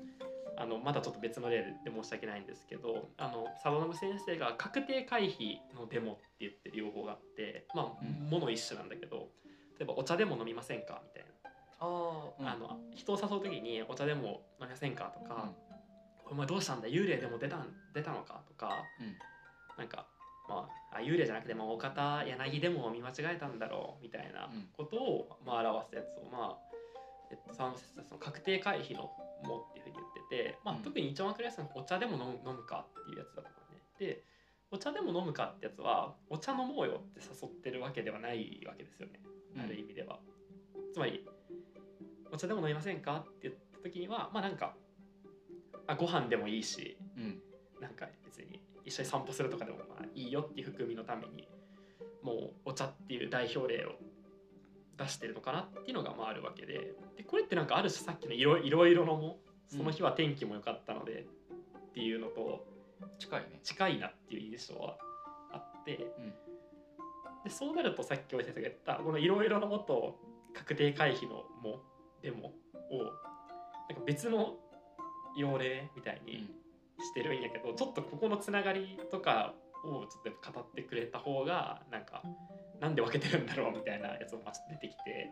あのまだちょっと別の例で申し訳ないんですけどあの定信先生が「確定回避のデモ」って言ってる用語があってまあ、うんもの一種なんだけど例えば「お茶でも飲みませんか?」みたいあな、ああの人を誘う時に「お茶でも飲みませんか?」とうんか、お前どうしたんだ幽霊でも出たん出たのか?」とかうんなんか、まあ、あ幽霊じゃなくて、まあ、お方柳でも見間違えたんだろうみたいなうんことを、まあ、表すやつを、まあえっと、そのその確定回避の「も」っていうふうに言ってて、まあうん、特に一番わかりやすいのはお茶でも飲む飲むかっていうやつだと思うね。でお茶でも飲むかってやつはお茶飲もうよって誘ってるわけではないわけですよねある意味では。つまりお茶でも飲みませんかって言った時にはまあなんかああご飯でもいいしうんなんか別に一緒に散歩するとかでもまあいいよっていう含みのためにもうお茶っていう代表例を出してるのかなっていうのがまああるわけででこれってなんかある種さっきのいろいろいろのもその日は天気も良かったのでっていうのと近いね近いなっていう印象はあって、んでそうなるとさっき大井先生が言ったこのいろいろなもと確定回避のもでもをなんか別の用例みたいに、してるんやけどちょっとここのつながりとかをちょっとやっぱ語ってくれた方がなんかなんで分けてるんだろうみたいなやつもまあちょっと出てきて、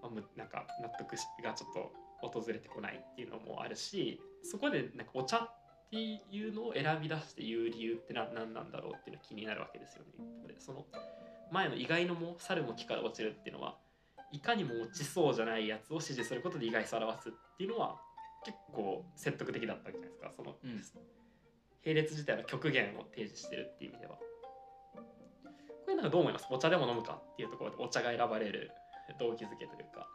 まあ、むなんか納得がちょっと訪れてこないっていうのもあるしそこでなんかお茶っていうのを選び出して言う理由ってな何なんだろうっていうのは気になるわけですよね。これその前の意外のも猿も木から落ちるっていうのはいかにも落ちそうじゃないやつを支持することで意外さを表すっていうのは結構説得的だったわけじゃないですかその、うん並列自体の極限を提示してるっていう意味ではこれなんかどう思いますお茶でも飲むかっていうところでお茶が選ばれる動機づけというか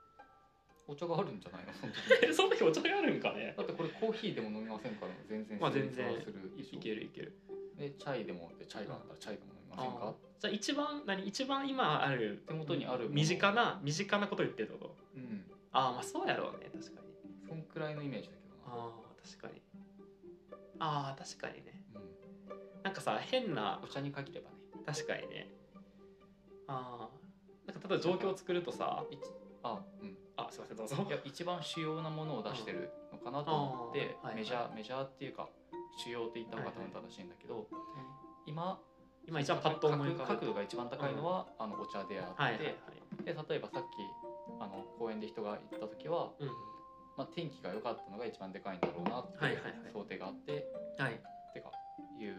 お茶があるんじゃないの本当にその時お茶があるんかねだってこれコーヒーでも飲みませんから全然まあ全然成立はするいでしょいけるいけるでチャイでもでチャイがあったらチャイでも飲みませんあかーじゃあ一番何一番今ある手元にある身近な身近なこと言ってるってことうんああまあそうやろうね確かにそんくらいのイメージだけどなああ確かにああ確かにねうんなんかさ変なお茶に限ればね確かにねああなんか例えば状況を作るとさいちあうんあすいませんどうぞいや一番主要なものを出してるのかなと思ってあーはいメジャーメジャーっていうか主要って言った方が多分正しいんだけど今今一番パッと思い浮かぶ角度が一番高いのはあのお茶であはいっはいはいてで例えばさっきあの公園で人が行った時はうんまあ天気が良かったのが一番でかいんだろうなってはいいうはいはい想定があってはいてかいう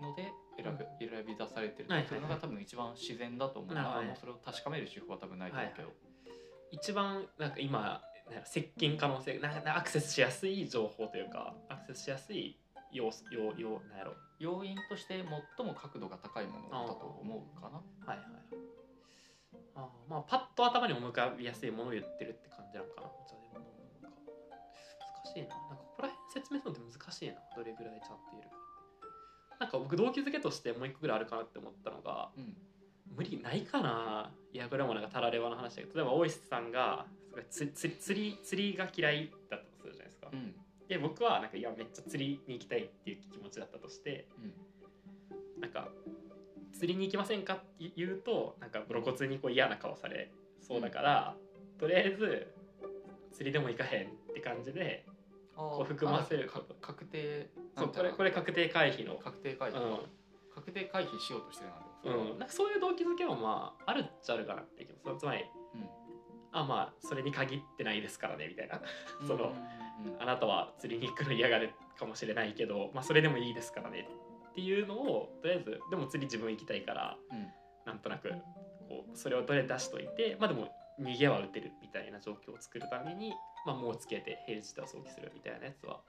ので選ぶ選び出されてるはいはいはいっていうのが多分一番自然だと思う、なるほどあねのそれを確かめる手法は多分ないと思うけど、一番なんか今なんか接近可能性なんかアクセスしやすい情報というかアクセスしやすい要素要要なんやろ要因として最も角度が高いものだと思うかなはいはいあーまあパッと頭に思い浮かびやすいものを言ってるって感じなのかなお茶でも飲むのか難しいななんかここら辺説明するのって難しいなどれぐらいちゃんと言えるかなんか僕動機づけとしてもう一個ぐらいあるかなって思ったのがうん無理ないかないやこれもなんかたらればの話だけど例えば大石さんがすごいつつ釣り釣りが嫌いだったとするじゃないですか、うんで僕はなんかいやめっちゃ釣りに行きたいっていう気持ちだったとしてうんなんか釣りに行きませんかって言うとなんか露骨にこう嫌な顔されそうだから、とりあえず釣りでも行かへんって感じでこう含ませるか確定そうこれこれれ確定回避の、確定回う避、ん確定回避しようとしてるうなんてそれはん、なんかそういう動機づけもまああるっちゃあるかなっていう気もするつまりあまあそれに限ってないですからねみたいなうんそのうんうんうんあなたは釣りに行くの嫌がるかもしれないけど、まあ、それでもいいですからねっていうのをとりあえずでも釣り自分行きたいからうんなんとなくこうそれをどれ出しといてまあでも逃げは打てるみたいな状況を作るために、まあ、もうつけて平時とは想起するみたいなやつは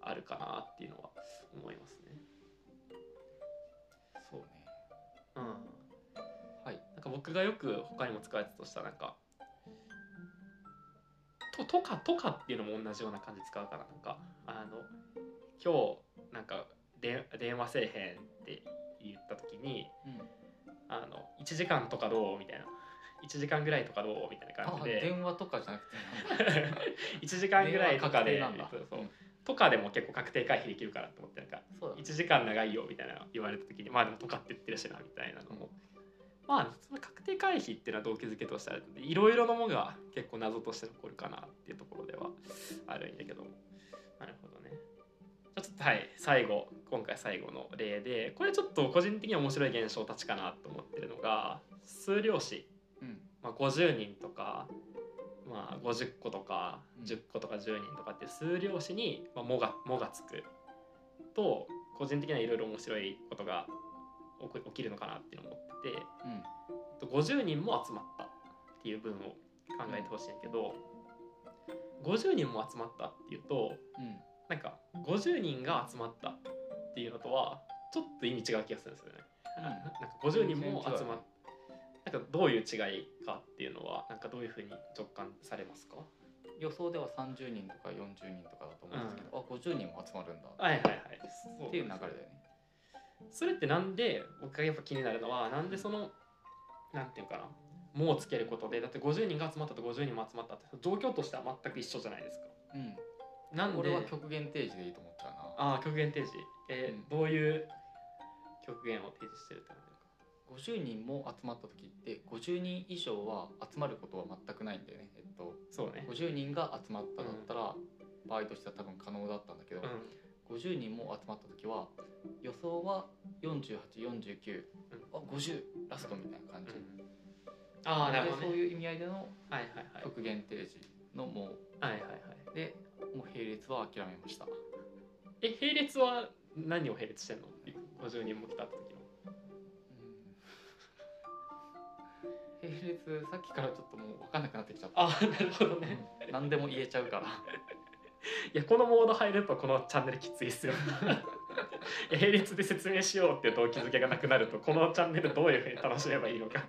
あるかなっていうのは思いますね。そうねうん、はいなんか僕がよく他にも使うやつとしたらなんか「と」とか「とか」っていうのも同じような感じ使うからなんかあの今日なんかで電話せえへんって言った時にうんあの1時間とかどうみたいな1時間ぐらいとかどうみたいな感あじで電話とかじゃなくて 1時間ぐらいとかで電話確定なんだそうそううんとかでも結構確定回避できるからと思ってなんかそうだね1時間長いよみたいな言われた時にまあでもとかって言ってるしなみたいなのも、まあその確定回避っていうのは動機づけとしてあるのでいろいろなものが結構謎として残るかなっていうところではあるんだけどもなるほどねじゃあちょっとはい最後今回最後の例でこれちょっと個人的に面白い現象たちかなと思ってるのが数量子うんまあ、50人とか、まあ、50個とかうん10個とか10人とかっていう数量子に「まあ、も」が「も」がつくと個人的にはいろいろ面白いことが起こ起きるのかなっていうのを思っててうんと50人も集まったっていう文を考えてほしいんやけど、50人も集まったっていうとうんなんか50人が集まったっていうのとはちょっと意味違う気がするんですよね。うんなんか50人も集全然違うまっねなんかどういう違いかっていうのはなんかどういうふうに直感されますか予想では30人とか40人とかだと思うんですけど、あ50人も集まるんだはいはいはいそっていう流れだよね。それってなんで僕がやっぱ気になるのはなんでそのなんていうかな「も」をつけることでだって50人が集まったと50人も集まったって状況としては全く一緒じゃないですか。うん、なんで俺は極限定時でいいと思っちゃうな。ああ極限提示、えーうんどういう極限を提示してるってこと50人も集まった時って50人以上は集まることは全くないんだよね。えっとそうね、 50人が集まっただったら、場合としては多分可能だったんだけど、う50人も集まった時は予想は4849、あ50ラストみたいな感んうじ、ん、ああなるほどでそうねいう意味合いでのはいはいはい極限定時のもはいはいはいうでもう並列は諦めましたえ並列は何を並列してんの50人も来たって時の並列さっきからちょっともう分かんなくなってきちゃったああなるほどねうん何でも言えちゃうからいやこのモード入るとこのチャンネルきついっすよいや並列で説明しようっていう動機づけがなくなるとこのチャンネルどういうふうに楽しめばいいの か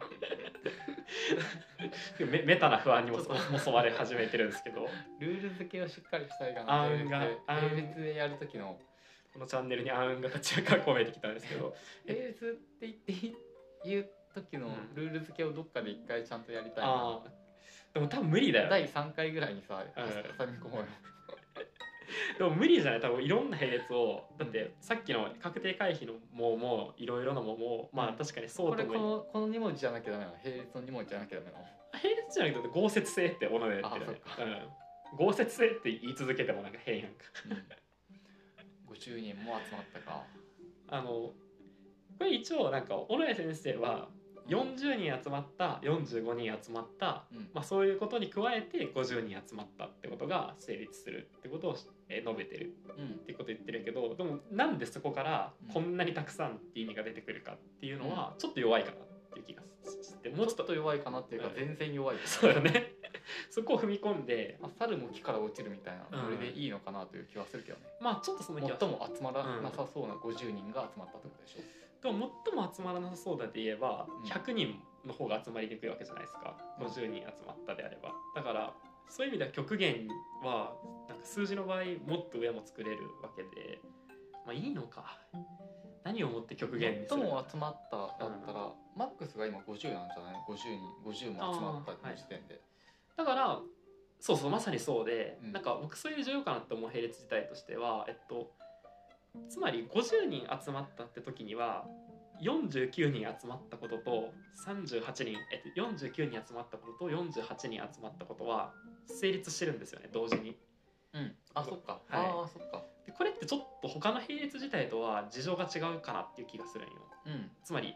メメタな不安にもちょっ襲われ始めてるんですけどルール付けをしっかりしたいがあなー並列であー並列でやる時のこのチャンネルに暗雲が立ち上がめてきたんですけど並列って言ってい言う時のうんルール付けをどっかで一回ちゃんとやりたいな、ああでも多分無理だよね第3回ぐらいにうさん挟み込もうよでも無理じゃない多分いろんな並列をだってさっきの確定回避のももいろいろのももまあ確かにそうことれもこいいのこの2文字じゃなきゃダメなの並列の2文字じゃなきゃダメなの並列じゃなくて合説性ってもので言ってるよねあそうん、合説性って言い続けてもなんか変やんかうん、50人も集まったかあのこれ一応なんか小野谷先生は40人集まった45人集まった、うんまあ、そういうことに加えて50人集まったってことが成立するってことをえー述べてるうんってこと言ってるけどでもなんでそこからうんこんなにたくさんって意味が出てくるかっていうのはちょっと弱いかなっていう気がしてもうちょちょっっ とと弱いかなっていうかうん全然弱いですそうだね そこを踏み込んであ猿も木から落ちるみたいなうんそれでいいのかなという気はするけどね、まあちょっとその気が最も集まらなさそうな50人が集まったってことでしょ、でも最も集まらなさそうだで言えばうん100人の方が集まりにくいわけじゃないですかうん50人集まったであればだからそういう意味では極限はなんか数字の場合もっと上も作れるわけでまあいいのか何をもって極限にす最るも集まっただったら、マックスが今50なんじゃないの50人50も集まったあーはい時点で、だからそうそうまさにそうで、うんなんか僕そういう重要かなって思う並列自体としてはえっとつまり50人集まったって時には49人集まったことと38人えっと49人集まったことと48人集まったことは成立してるんですよね同時に。うんあそっか、あはいあそっかでこれってちょっと他の並列自体とは事情が違うかなっていう気がするんよ。うんつまり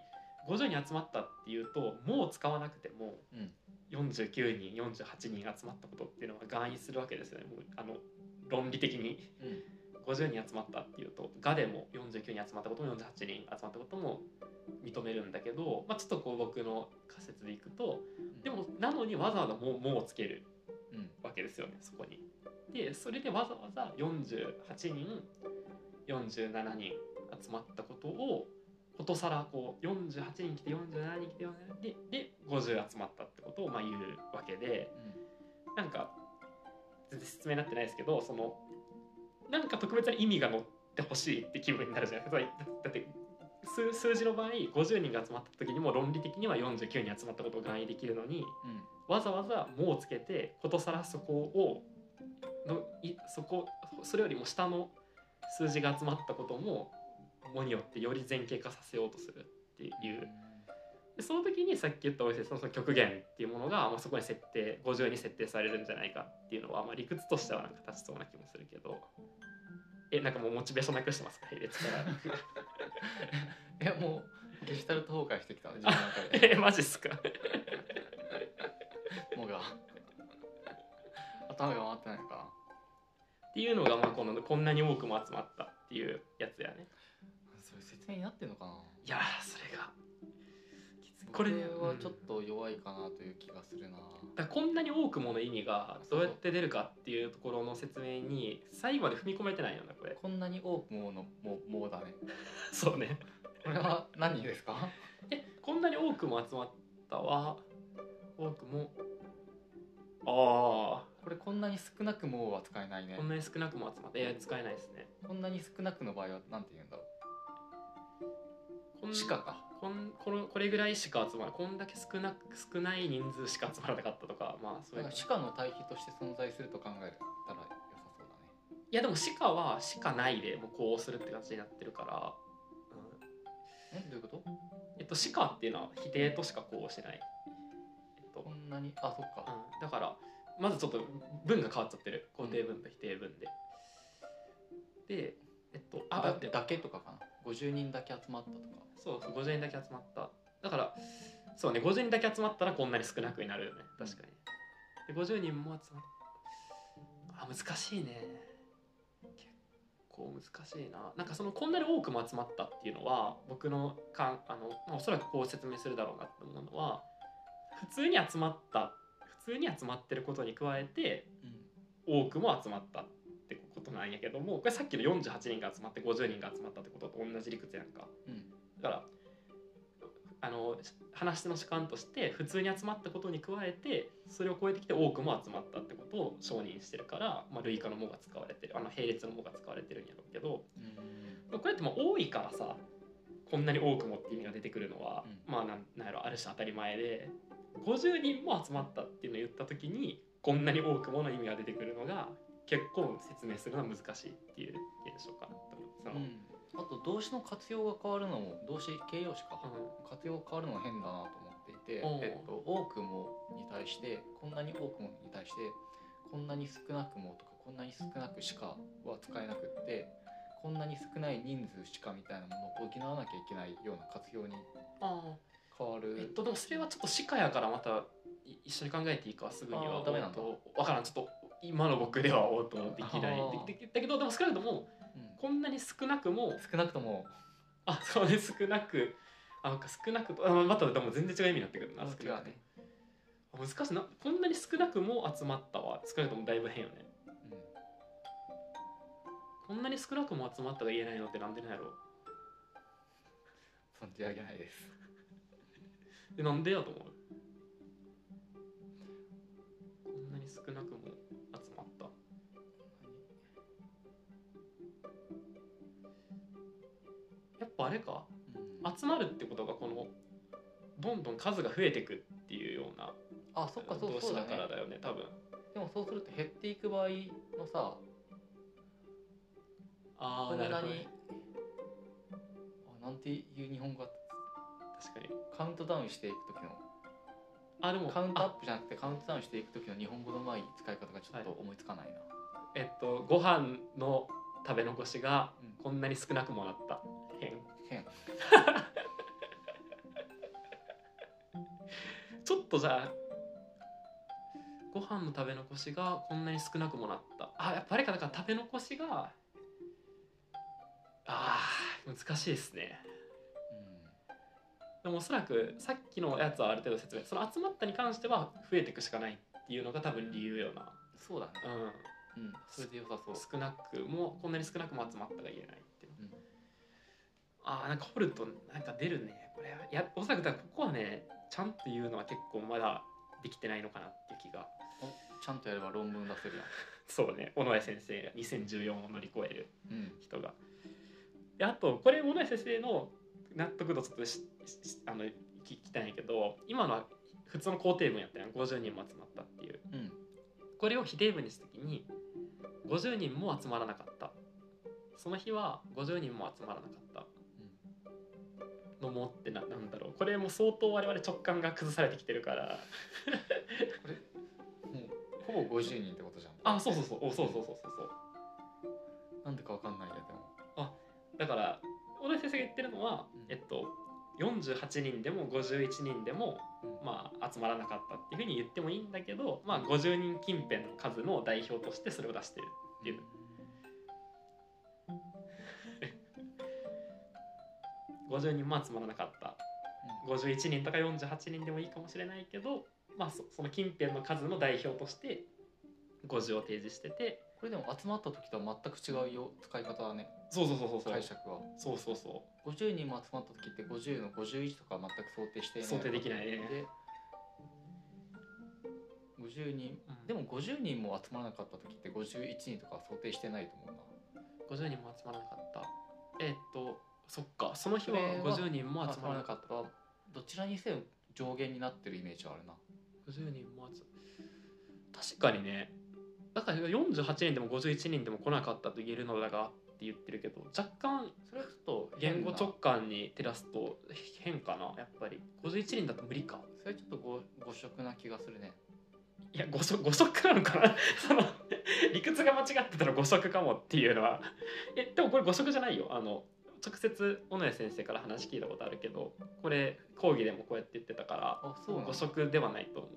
50人集まったっていうともう使わなくても、うん49人48人集まったことっていうのは含意するわけですよねもうあの論理的にうん50人集まったっていうと「が」でも49人集まったことも48人集まったことも認めるんだけど、まあ、ちょっとこう僕の仮説でいくとでもなのにわざわざもう「もう」をつけるうんわけですよねそこに。でそれでわざわざ48人47人集まったことをことさらこう48人来て47人来て47人でで50集まったってことをまあ言うわけでなんか全然説明になってないですけどそのなんか特別な意味が乗ってほしいって気分になるじゃない ですか。だだって数数字の場合50人が集まった時にも論理的には49人集まったことを含意できるのにうんうんわざわざ「も」をつけてことさらそこをのいそこそれよりも下の数字が集まったことも「も」によってより前傾化させようとするっていうでその時にさっき言ったお店のその極限っていうものが、まあ、そこに設定50に設定されるんじゃないかっていうのは、まあ、理屈としてはなんか立ちそうな気もするけどえなんかもうモチベーションなくしてますか並列からいやもうゲシュタルト崩壊してき たね自分の中でえマジっすかもう が頭が回ってないのかなっていうのが、まあ、このこんなに多くも集まったっていうやつやねそういう説明になってんのかないやーそれがここれれはちょっと弱いかなという気がするだな、からこんなに多くもの意味がどうやって出るかっていうところの説明に最後まで踏み込めてないよな これこんなに多くものももうだねそうねこれは何ですかえこんなに多くも集まったは多くもあこれこんなに少なくもは使えないあねこんなに少なくも集まっていや使えないですねこんなに少なくの場合はなんて言うんだろこんうしかかこんこのこれぐらいしか集まらこんだけ少な少ない人数しか集まらなかったとかまあそうだいうかのらい歯科の対比として存在すると考えたら良さそうだねやでもしかはしかないでもうこうするって感じになってるから、うんえどういうことえっとしかっていうのは否定としかこうしない、えっとこんなにあそっかうん、だからまずちょっと文が変わっちゃってる肯定文と否定文で、でえっとあだだってだけとかかな50人だけ集まったとかそうそう50人だけ集まっただからそうね50人だけ集まったらこんなに少なくになるよね確かにで50人も集まったあ難しいね結構難しいななんかそのこんなに多くも集まったっていうのは僕のかんあの、まあおそらくこう説明するだろうなって思うのは普通に集まった普通に集まってることに加えて多くも集まったってことなんやけどもこれさっきの48人が集まって50人が集まったってことと同じ理屈やんかうんだからあの話し手の主観として普通に集まったことに加えてそれを超えてきて多くも集まったってことを承認してるから、まあ、類化の「も」が使われてるあの並列の「も」が使われてるんやろうけどうんうんこれってまあ多いからさこんなに多くもって意味が出てくるのは、うんまあなんなんやろある種当たり前で50人も集まったっていうのを言った時にこんなに多くもの意味が出てくるのが結構説明するのは難しいっていう現象かなと思うその、うんあと動詞の活用が変わるのも動詞形容詞か、活用変わるのは変だなと思っていて、おうえっと、多くもに対してこんなに多くもに対してこんなに少なくもとかこんなに少なくしかは使えなくってこんなに少ない人数しかみたいなものを補わなきゃいけないような活用にあ変わーえっる、とでもそれはちょっと歯科やからまたい一緒に考えていいかすぐにはあーダメなんだと分からんちょっと今の僕では応答できないあーででだけどでも少なくともうんこんなに少なくも少なくともあそうね少なくあなんか少なくとあまたでも全然違う意味になってくるなあ少のなくと違うね、あ難しいなこんなに少なくも集まったは少なくともだいぶ変よねうんこんなに少なくも集まったが言えないのってなんでなんやろ存じ上げないですでなんでやと思うこんなに少なくも集まったやっぱあれかあ集まるってことがこのどんどん数が増えてくっていうようなあそっかそう動そ詞うだだからねだよね多分でもそうすると減っていく場合のさあこあんななるほにどねあなんていう日本語が確かにカウントダウンしていく時のあでもカウントアッあプじゃなくてカウントダウンしていく時の日本語のうまい使い方がちょっと思いつかないな、えっとご飯の食べ残しがうんこんなに少なくもなった変変 ちょっとじゃあご飯の食べ残しがこんなに少なくもなったあやっぱりかだから食べ残しがあー難しいですねでもおそらくさっきのやつはある程度説明その集まったに関しては増えていくしかないっていうのが多分理由よなそうだねうんうんそれで良さそう少なくもこんなに少なくも集まったが言えないっていう、うんああなんか掘るとなんか出るねこれいやおそらくだからここはねちゃんと言うのは結構まだできてないのかなっていう気がおちゃんとやれば論文出せるやそうね小野谷先生が2014を乗り越えるん、うん、人がであとこれ小野谷先生の納得度ちょっとしししあの聞きたいんやけど今のは普通の肯定文やったやん50人も集まったっていううん、これを非定文にした時に50人も集まらなかったその日は50人も集まらなかったのもってななんだろうこれも相当我々直感が崩されてきてるからこれもうほぼ50人ってことじゃんあそうそうそうおそうそうそうそうそうなんでかわかんないやでもだから小田井先生が言ってるのは、うんえっと48人でも51人でも、うんまあ、集まらなかったっていうふうに言ってもいいんだけど、まあ、50人近辺の数の代表としてそれを出してるっていう50人も集まらなかったう51人とか48人でもいいかもしれないけど、まあ、そその近辺の数の代表として50を提示しててんこれでも集まった時とは全く違うよ使い方はねそうそうそうそうそう解釈はそうそうそ50人も集まった時って50の51とか全く想定してう想定できいないねで50人うんでも50人も集まらなかった時って51人とか想定してないと思うな50人も集まらなかったえーっとそっかその日はそれ50は人も集集まらまらななかかっったどちらにせよ上限になってるイメージはあるなた50人も集確かにねだから48人でも51人でも来なかったと言えるのだがって言ってるけど若干それはちょっと言語直変感に照らすと変かなやっぱり51人だと無理かなそれはちょっとご誤色な気がするねいや誤足誤足なのかな その理屈が間違ってたら誤足かもっていうのはえでもこれ誤足じゃないよあの直接尾上先生から話聞いたことあるけどこれ講義でもこうやって言ってたからあそうなん誤だ足ではないと思う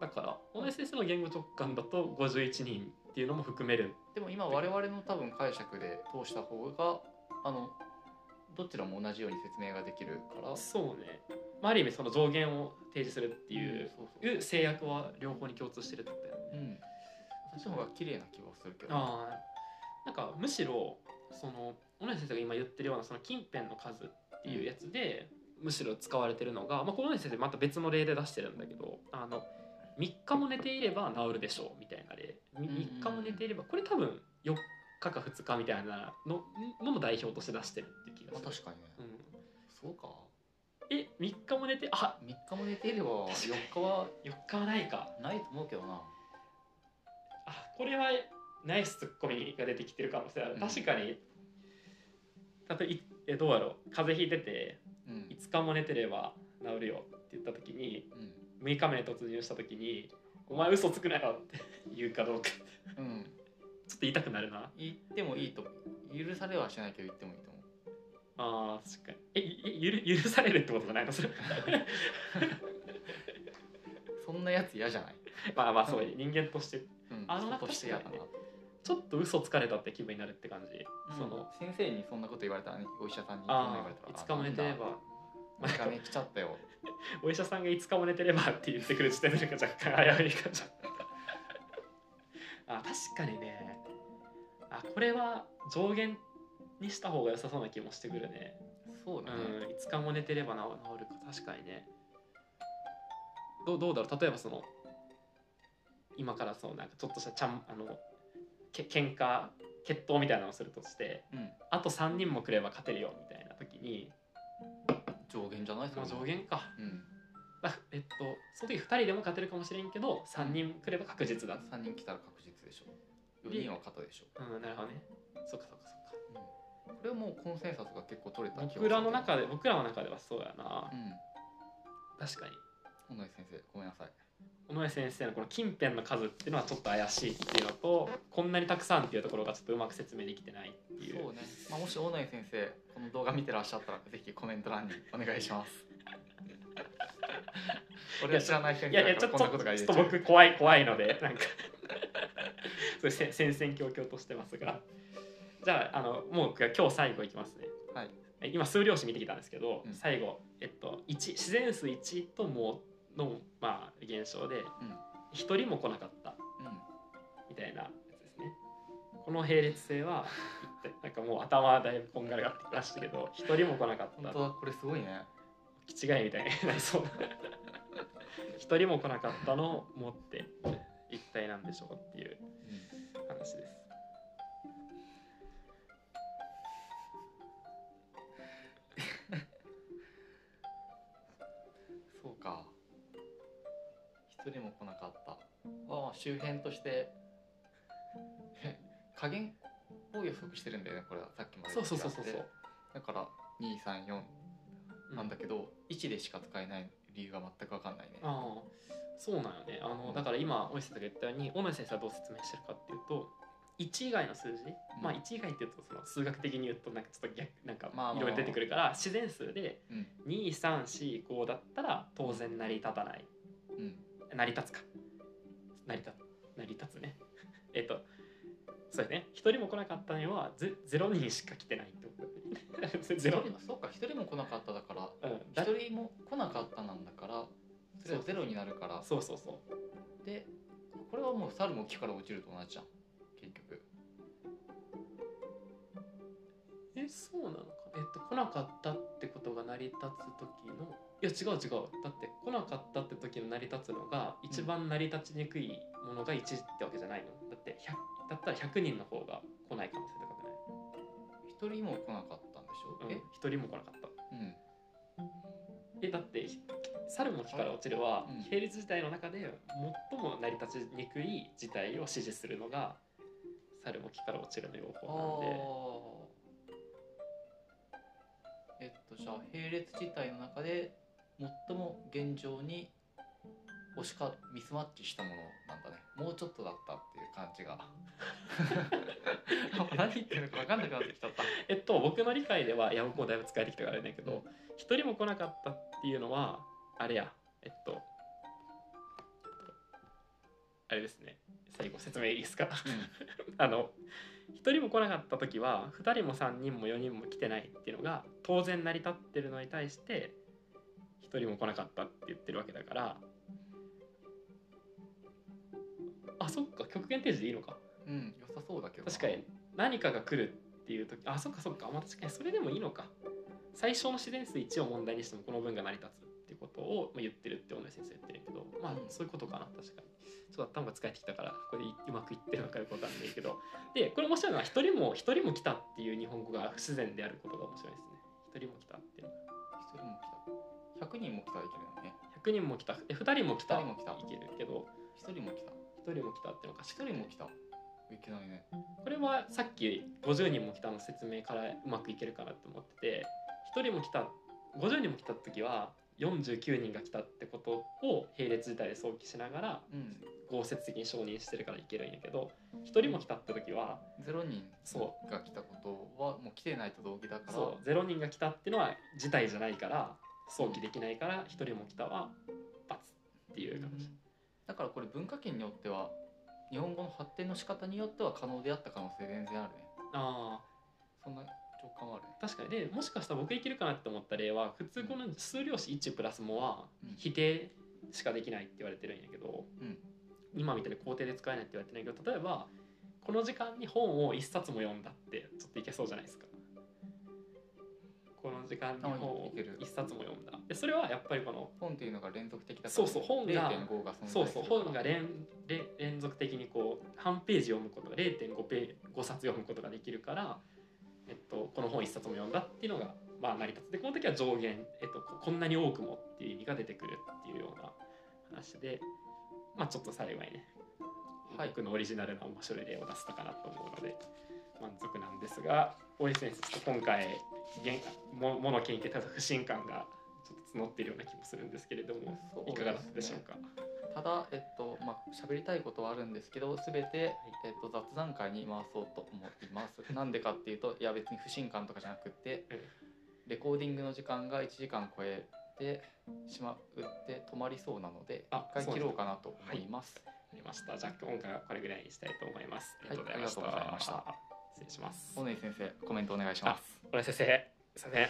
だから尾上先生の言語直感だと51人っていうのも含めるでも今我々の多分解釈で通した方があのどちらも同じように説明ができるからそうね、まあ、ある意味その上限を提示するっていんう、そうそういう制約は両方に共通してるってことだよねうんそっちの方が綺麗な気はするけどねあーなんかむしろその小野寺先生が今言ってるようなその近辺の数っていうやつで、むしろ使われてるのが、まあ、この小野寺先生また別の例で出してるんだけどあの3日も寝ていれば治るでしょうみたいな例うんうんうん3日も寝ていればこれ多分4日か2日みたいなののも代表として出してるっていう気がまあする。確かにねうんそうかえ3日も寝てあ3日も寝ていれば4日は4日はないかないと思うけどなあこれはナイスツッコミが出てきてる可能性ある、うん確かに例えばいえどうやろう風邪ひいててうん5日も寝てれば治るよって言った時に6日目に突入した時に「お前嘘つくなよ」って言うかどうかちょうん、うん、っと言いたくなるな言ってもいいと許されはしないけど言ってもいいと思うあー確かにえゆゆる許されるってことじゃないのそれ そんなやつ嫌じゃない、まあまあそう人間としてうん、あの人として嫌だな、ちょっと嘘つかれたって気分になるって感じ、そそのの先生にそんなこと言われたらねお医者さんにそんな言あわれたらあ5日も寝てれば5日目来ちゃったよお医者さんが5日も寝てればって言ってくる時点でなんか若干危うい感じあ確かにねあこれは上限にした方が良さそうな気もしてくるねそううだね、ん5日も寝てれば治治るか確かにねどうどうだろう例えばその今からそうなんかちょっとしたちゃんあのけ喧嘩決闘みたいなのをするとしてうん、あと3人もくれば勝てるよみたいな時に上限じゃないそまれあも上限かうんあえっとその時2人でも勝てるかもしれんけど3人来れば確実だ、う3人来たら確実でしょ4人は肩でしょ、ん、なるほどねそっかそっかそっうん、これはもうコンセンサスが結構取れたか気がする僕らの中で僕らの中ではそうやなう、ん確かに本内先生ごめんなさい尾上先生のこの近辺の数っていうのはちょっと怪しいっていうのとこんなにたくさんっていうところがちょっとうまく説明できてないっていうそうね、まあ、もし大内先生この動画見てらっしゃったらぜひコメント欄にお願いします 俺は知らない先いやい生やちだかょらっことんちなょっことが言えとちゃう僕怖い怖いのでなんか そうせ戦々恐々としてますがじゃああのもう今日最後いきますねはいえ今数量子見てきたんですけど、うん最後、えっと、1自然数1ともの、まあ、現象でうん1人も来なかったみたいなやつですね。この並列性は なんかもう頭だいぶこんがらがってきましたけど1人も来なかっうん、た本当だこれすごいね気違いみたいにな りそう一人も来なかったのを持って一体なんでしょうっていう話です。そうか一人も来なかったああ周辺として 加減を予測してるんだよねこれはさっきまでそうそうそうとそう違そってう。だから234うなんだけど、1でしか使えない理由が全く分かんないねああそうなんよねあのだから今大石先生が言ったように小野先生はどう説明してるかっていうと1以外の数字、まあ1以外っていうとその数学的に言うとなんかちょっと逆なんかまあまあまいあろいろ出てくるから自然数でうん2345だったら当然成り立たないうん成り立つか成り立成り立つね えっとそうですね1人も来なかったのはゼ0人しか来てないってことだよね ゼロ人そうか一人も来なかっただからうんだ一人も来なかったなんだからそれはゼロになるからそうそうそうでこれはもう猿も木から落ちると同じじゃん結局えそうなのかなえっと、来なかったってことが成り立つ時のいや違う違うだって来なかったって時の成り立つのが一番成り立ちにくいものが1ってわけじゃないのだって100だったら100人の方が来ない可能性高くない、一人も来なかったんでしょ、うん、え1人も来なかったうんえだってひ猿も木から落ちるはうん並列自体の中で最も成り立ちにくい事態を支持するのが猿も木から落ちるの用法なんであーえっとじゃあ並列自体の中で最も現状に押しかミスマッチしたものなんだねもうちょっとだったっていう感 じが何言ってるのか分かんなくなってきちゃったえっと僕の理解ではいや僕もだいぶ使えてきたからあれだけど一人も来なかったっていうのはあれやえっとあれですね最後説明いいですか あの一人も来なかった時は二人も三人も四人も来てないっていうのが当然成り立ってるのに対して一人も来なかったって言ってるわけだからあそっか極限定時でいいのかうん、うん、良さそうだけどな確かに何かが来るっていう時あそっかそっかまあ確かにそれでもいいのか最小の自然数1を問題にしてもこの文が成り立つっていうことをまあ言ってるって同じ先生言ってるけどまあうんそういうことかな確かにちょっと頭が使えてきたからこれでうまくいってるのかよくわかんないけどでこれ面白いのは一人も一人も来たっていう日本語が不自然であることが面白いですね一人も来たっていうの一人も来た100人も来たらいけるよね100人も来たえ2人も来た二人も来たいけるけど一人も来た1人も来たっていうのかし一人も来たいけないねこれはさっき50人も来たの説明からうまくいけるかなと思ってて1人も来た50人も来た時は49人が来たってことを並列自体で想起しながらうん合説的に承認してるからいけるんやけど1人も来たって時は0人そが来たことはもう来てないと同義だからそう0人が来たってのは事態じゃないから想起できないから1人も来たは×っていう感じ。だからこれ文化圏によっては日本語の発展の仕方によっては可能であった可能性全然あるねあそんな直感はあるねー確かにでもしかしたら僕いけるかなって思った例は普通この数量子1プラスもはうん否定しかできないって言われてるんやけど、うん今みたいに肯定で使えないって言われてないけど例えばこの時間に本を一冊も読んだってちょっといけそうじゃないですか。この時間に本あをいける一冊も読んだでそれはやっぱりこの本っていうのが連続的だから、そうそう本が0.5が存在すそるうそう本が連連連続的にこう半ページ読むことが0.5ペ5冊読むことができるから、えっと、この本一冊も読んだっていうのが、まあ、成り立つでこの時は上限、えっと、ここんなに多くもっていう意味が出てくるっていうような話で、まあ、ちょっと幸いね、はい僕のオリジナルな面白い例を出せたかなと思うので満足なんですが大石先生ちょっと今回現ももの研究と不信感がちょっと募っているような気もするんですけれどもそういでかすねがだったでしょうか。ただえっとまあ喋りたいことはあるんですけど全て、えっと、雑談会に回そうと思ってい ますなんでかっていうといや別に不信感とかじゃなくってうんレコーディングの時間が1時間超えてしまうって止まりそうなのであ一回そうで切すねろうかなと思います、ありました。じゃあ今回はこれぐらいにしたいと思います。あはいりがとうございました。ありがとうございました失礼します。小野井先生コメントお願いしまあす、小林先生、すいません。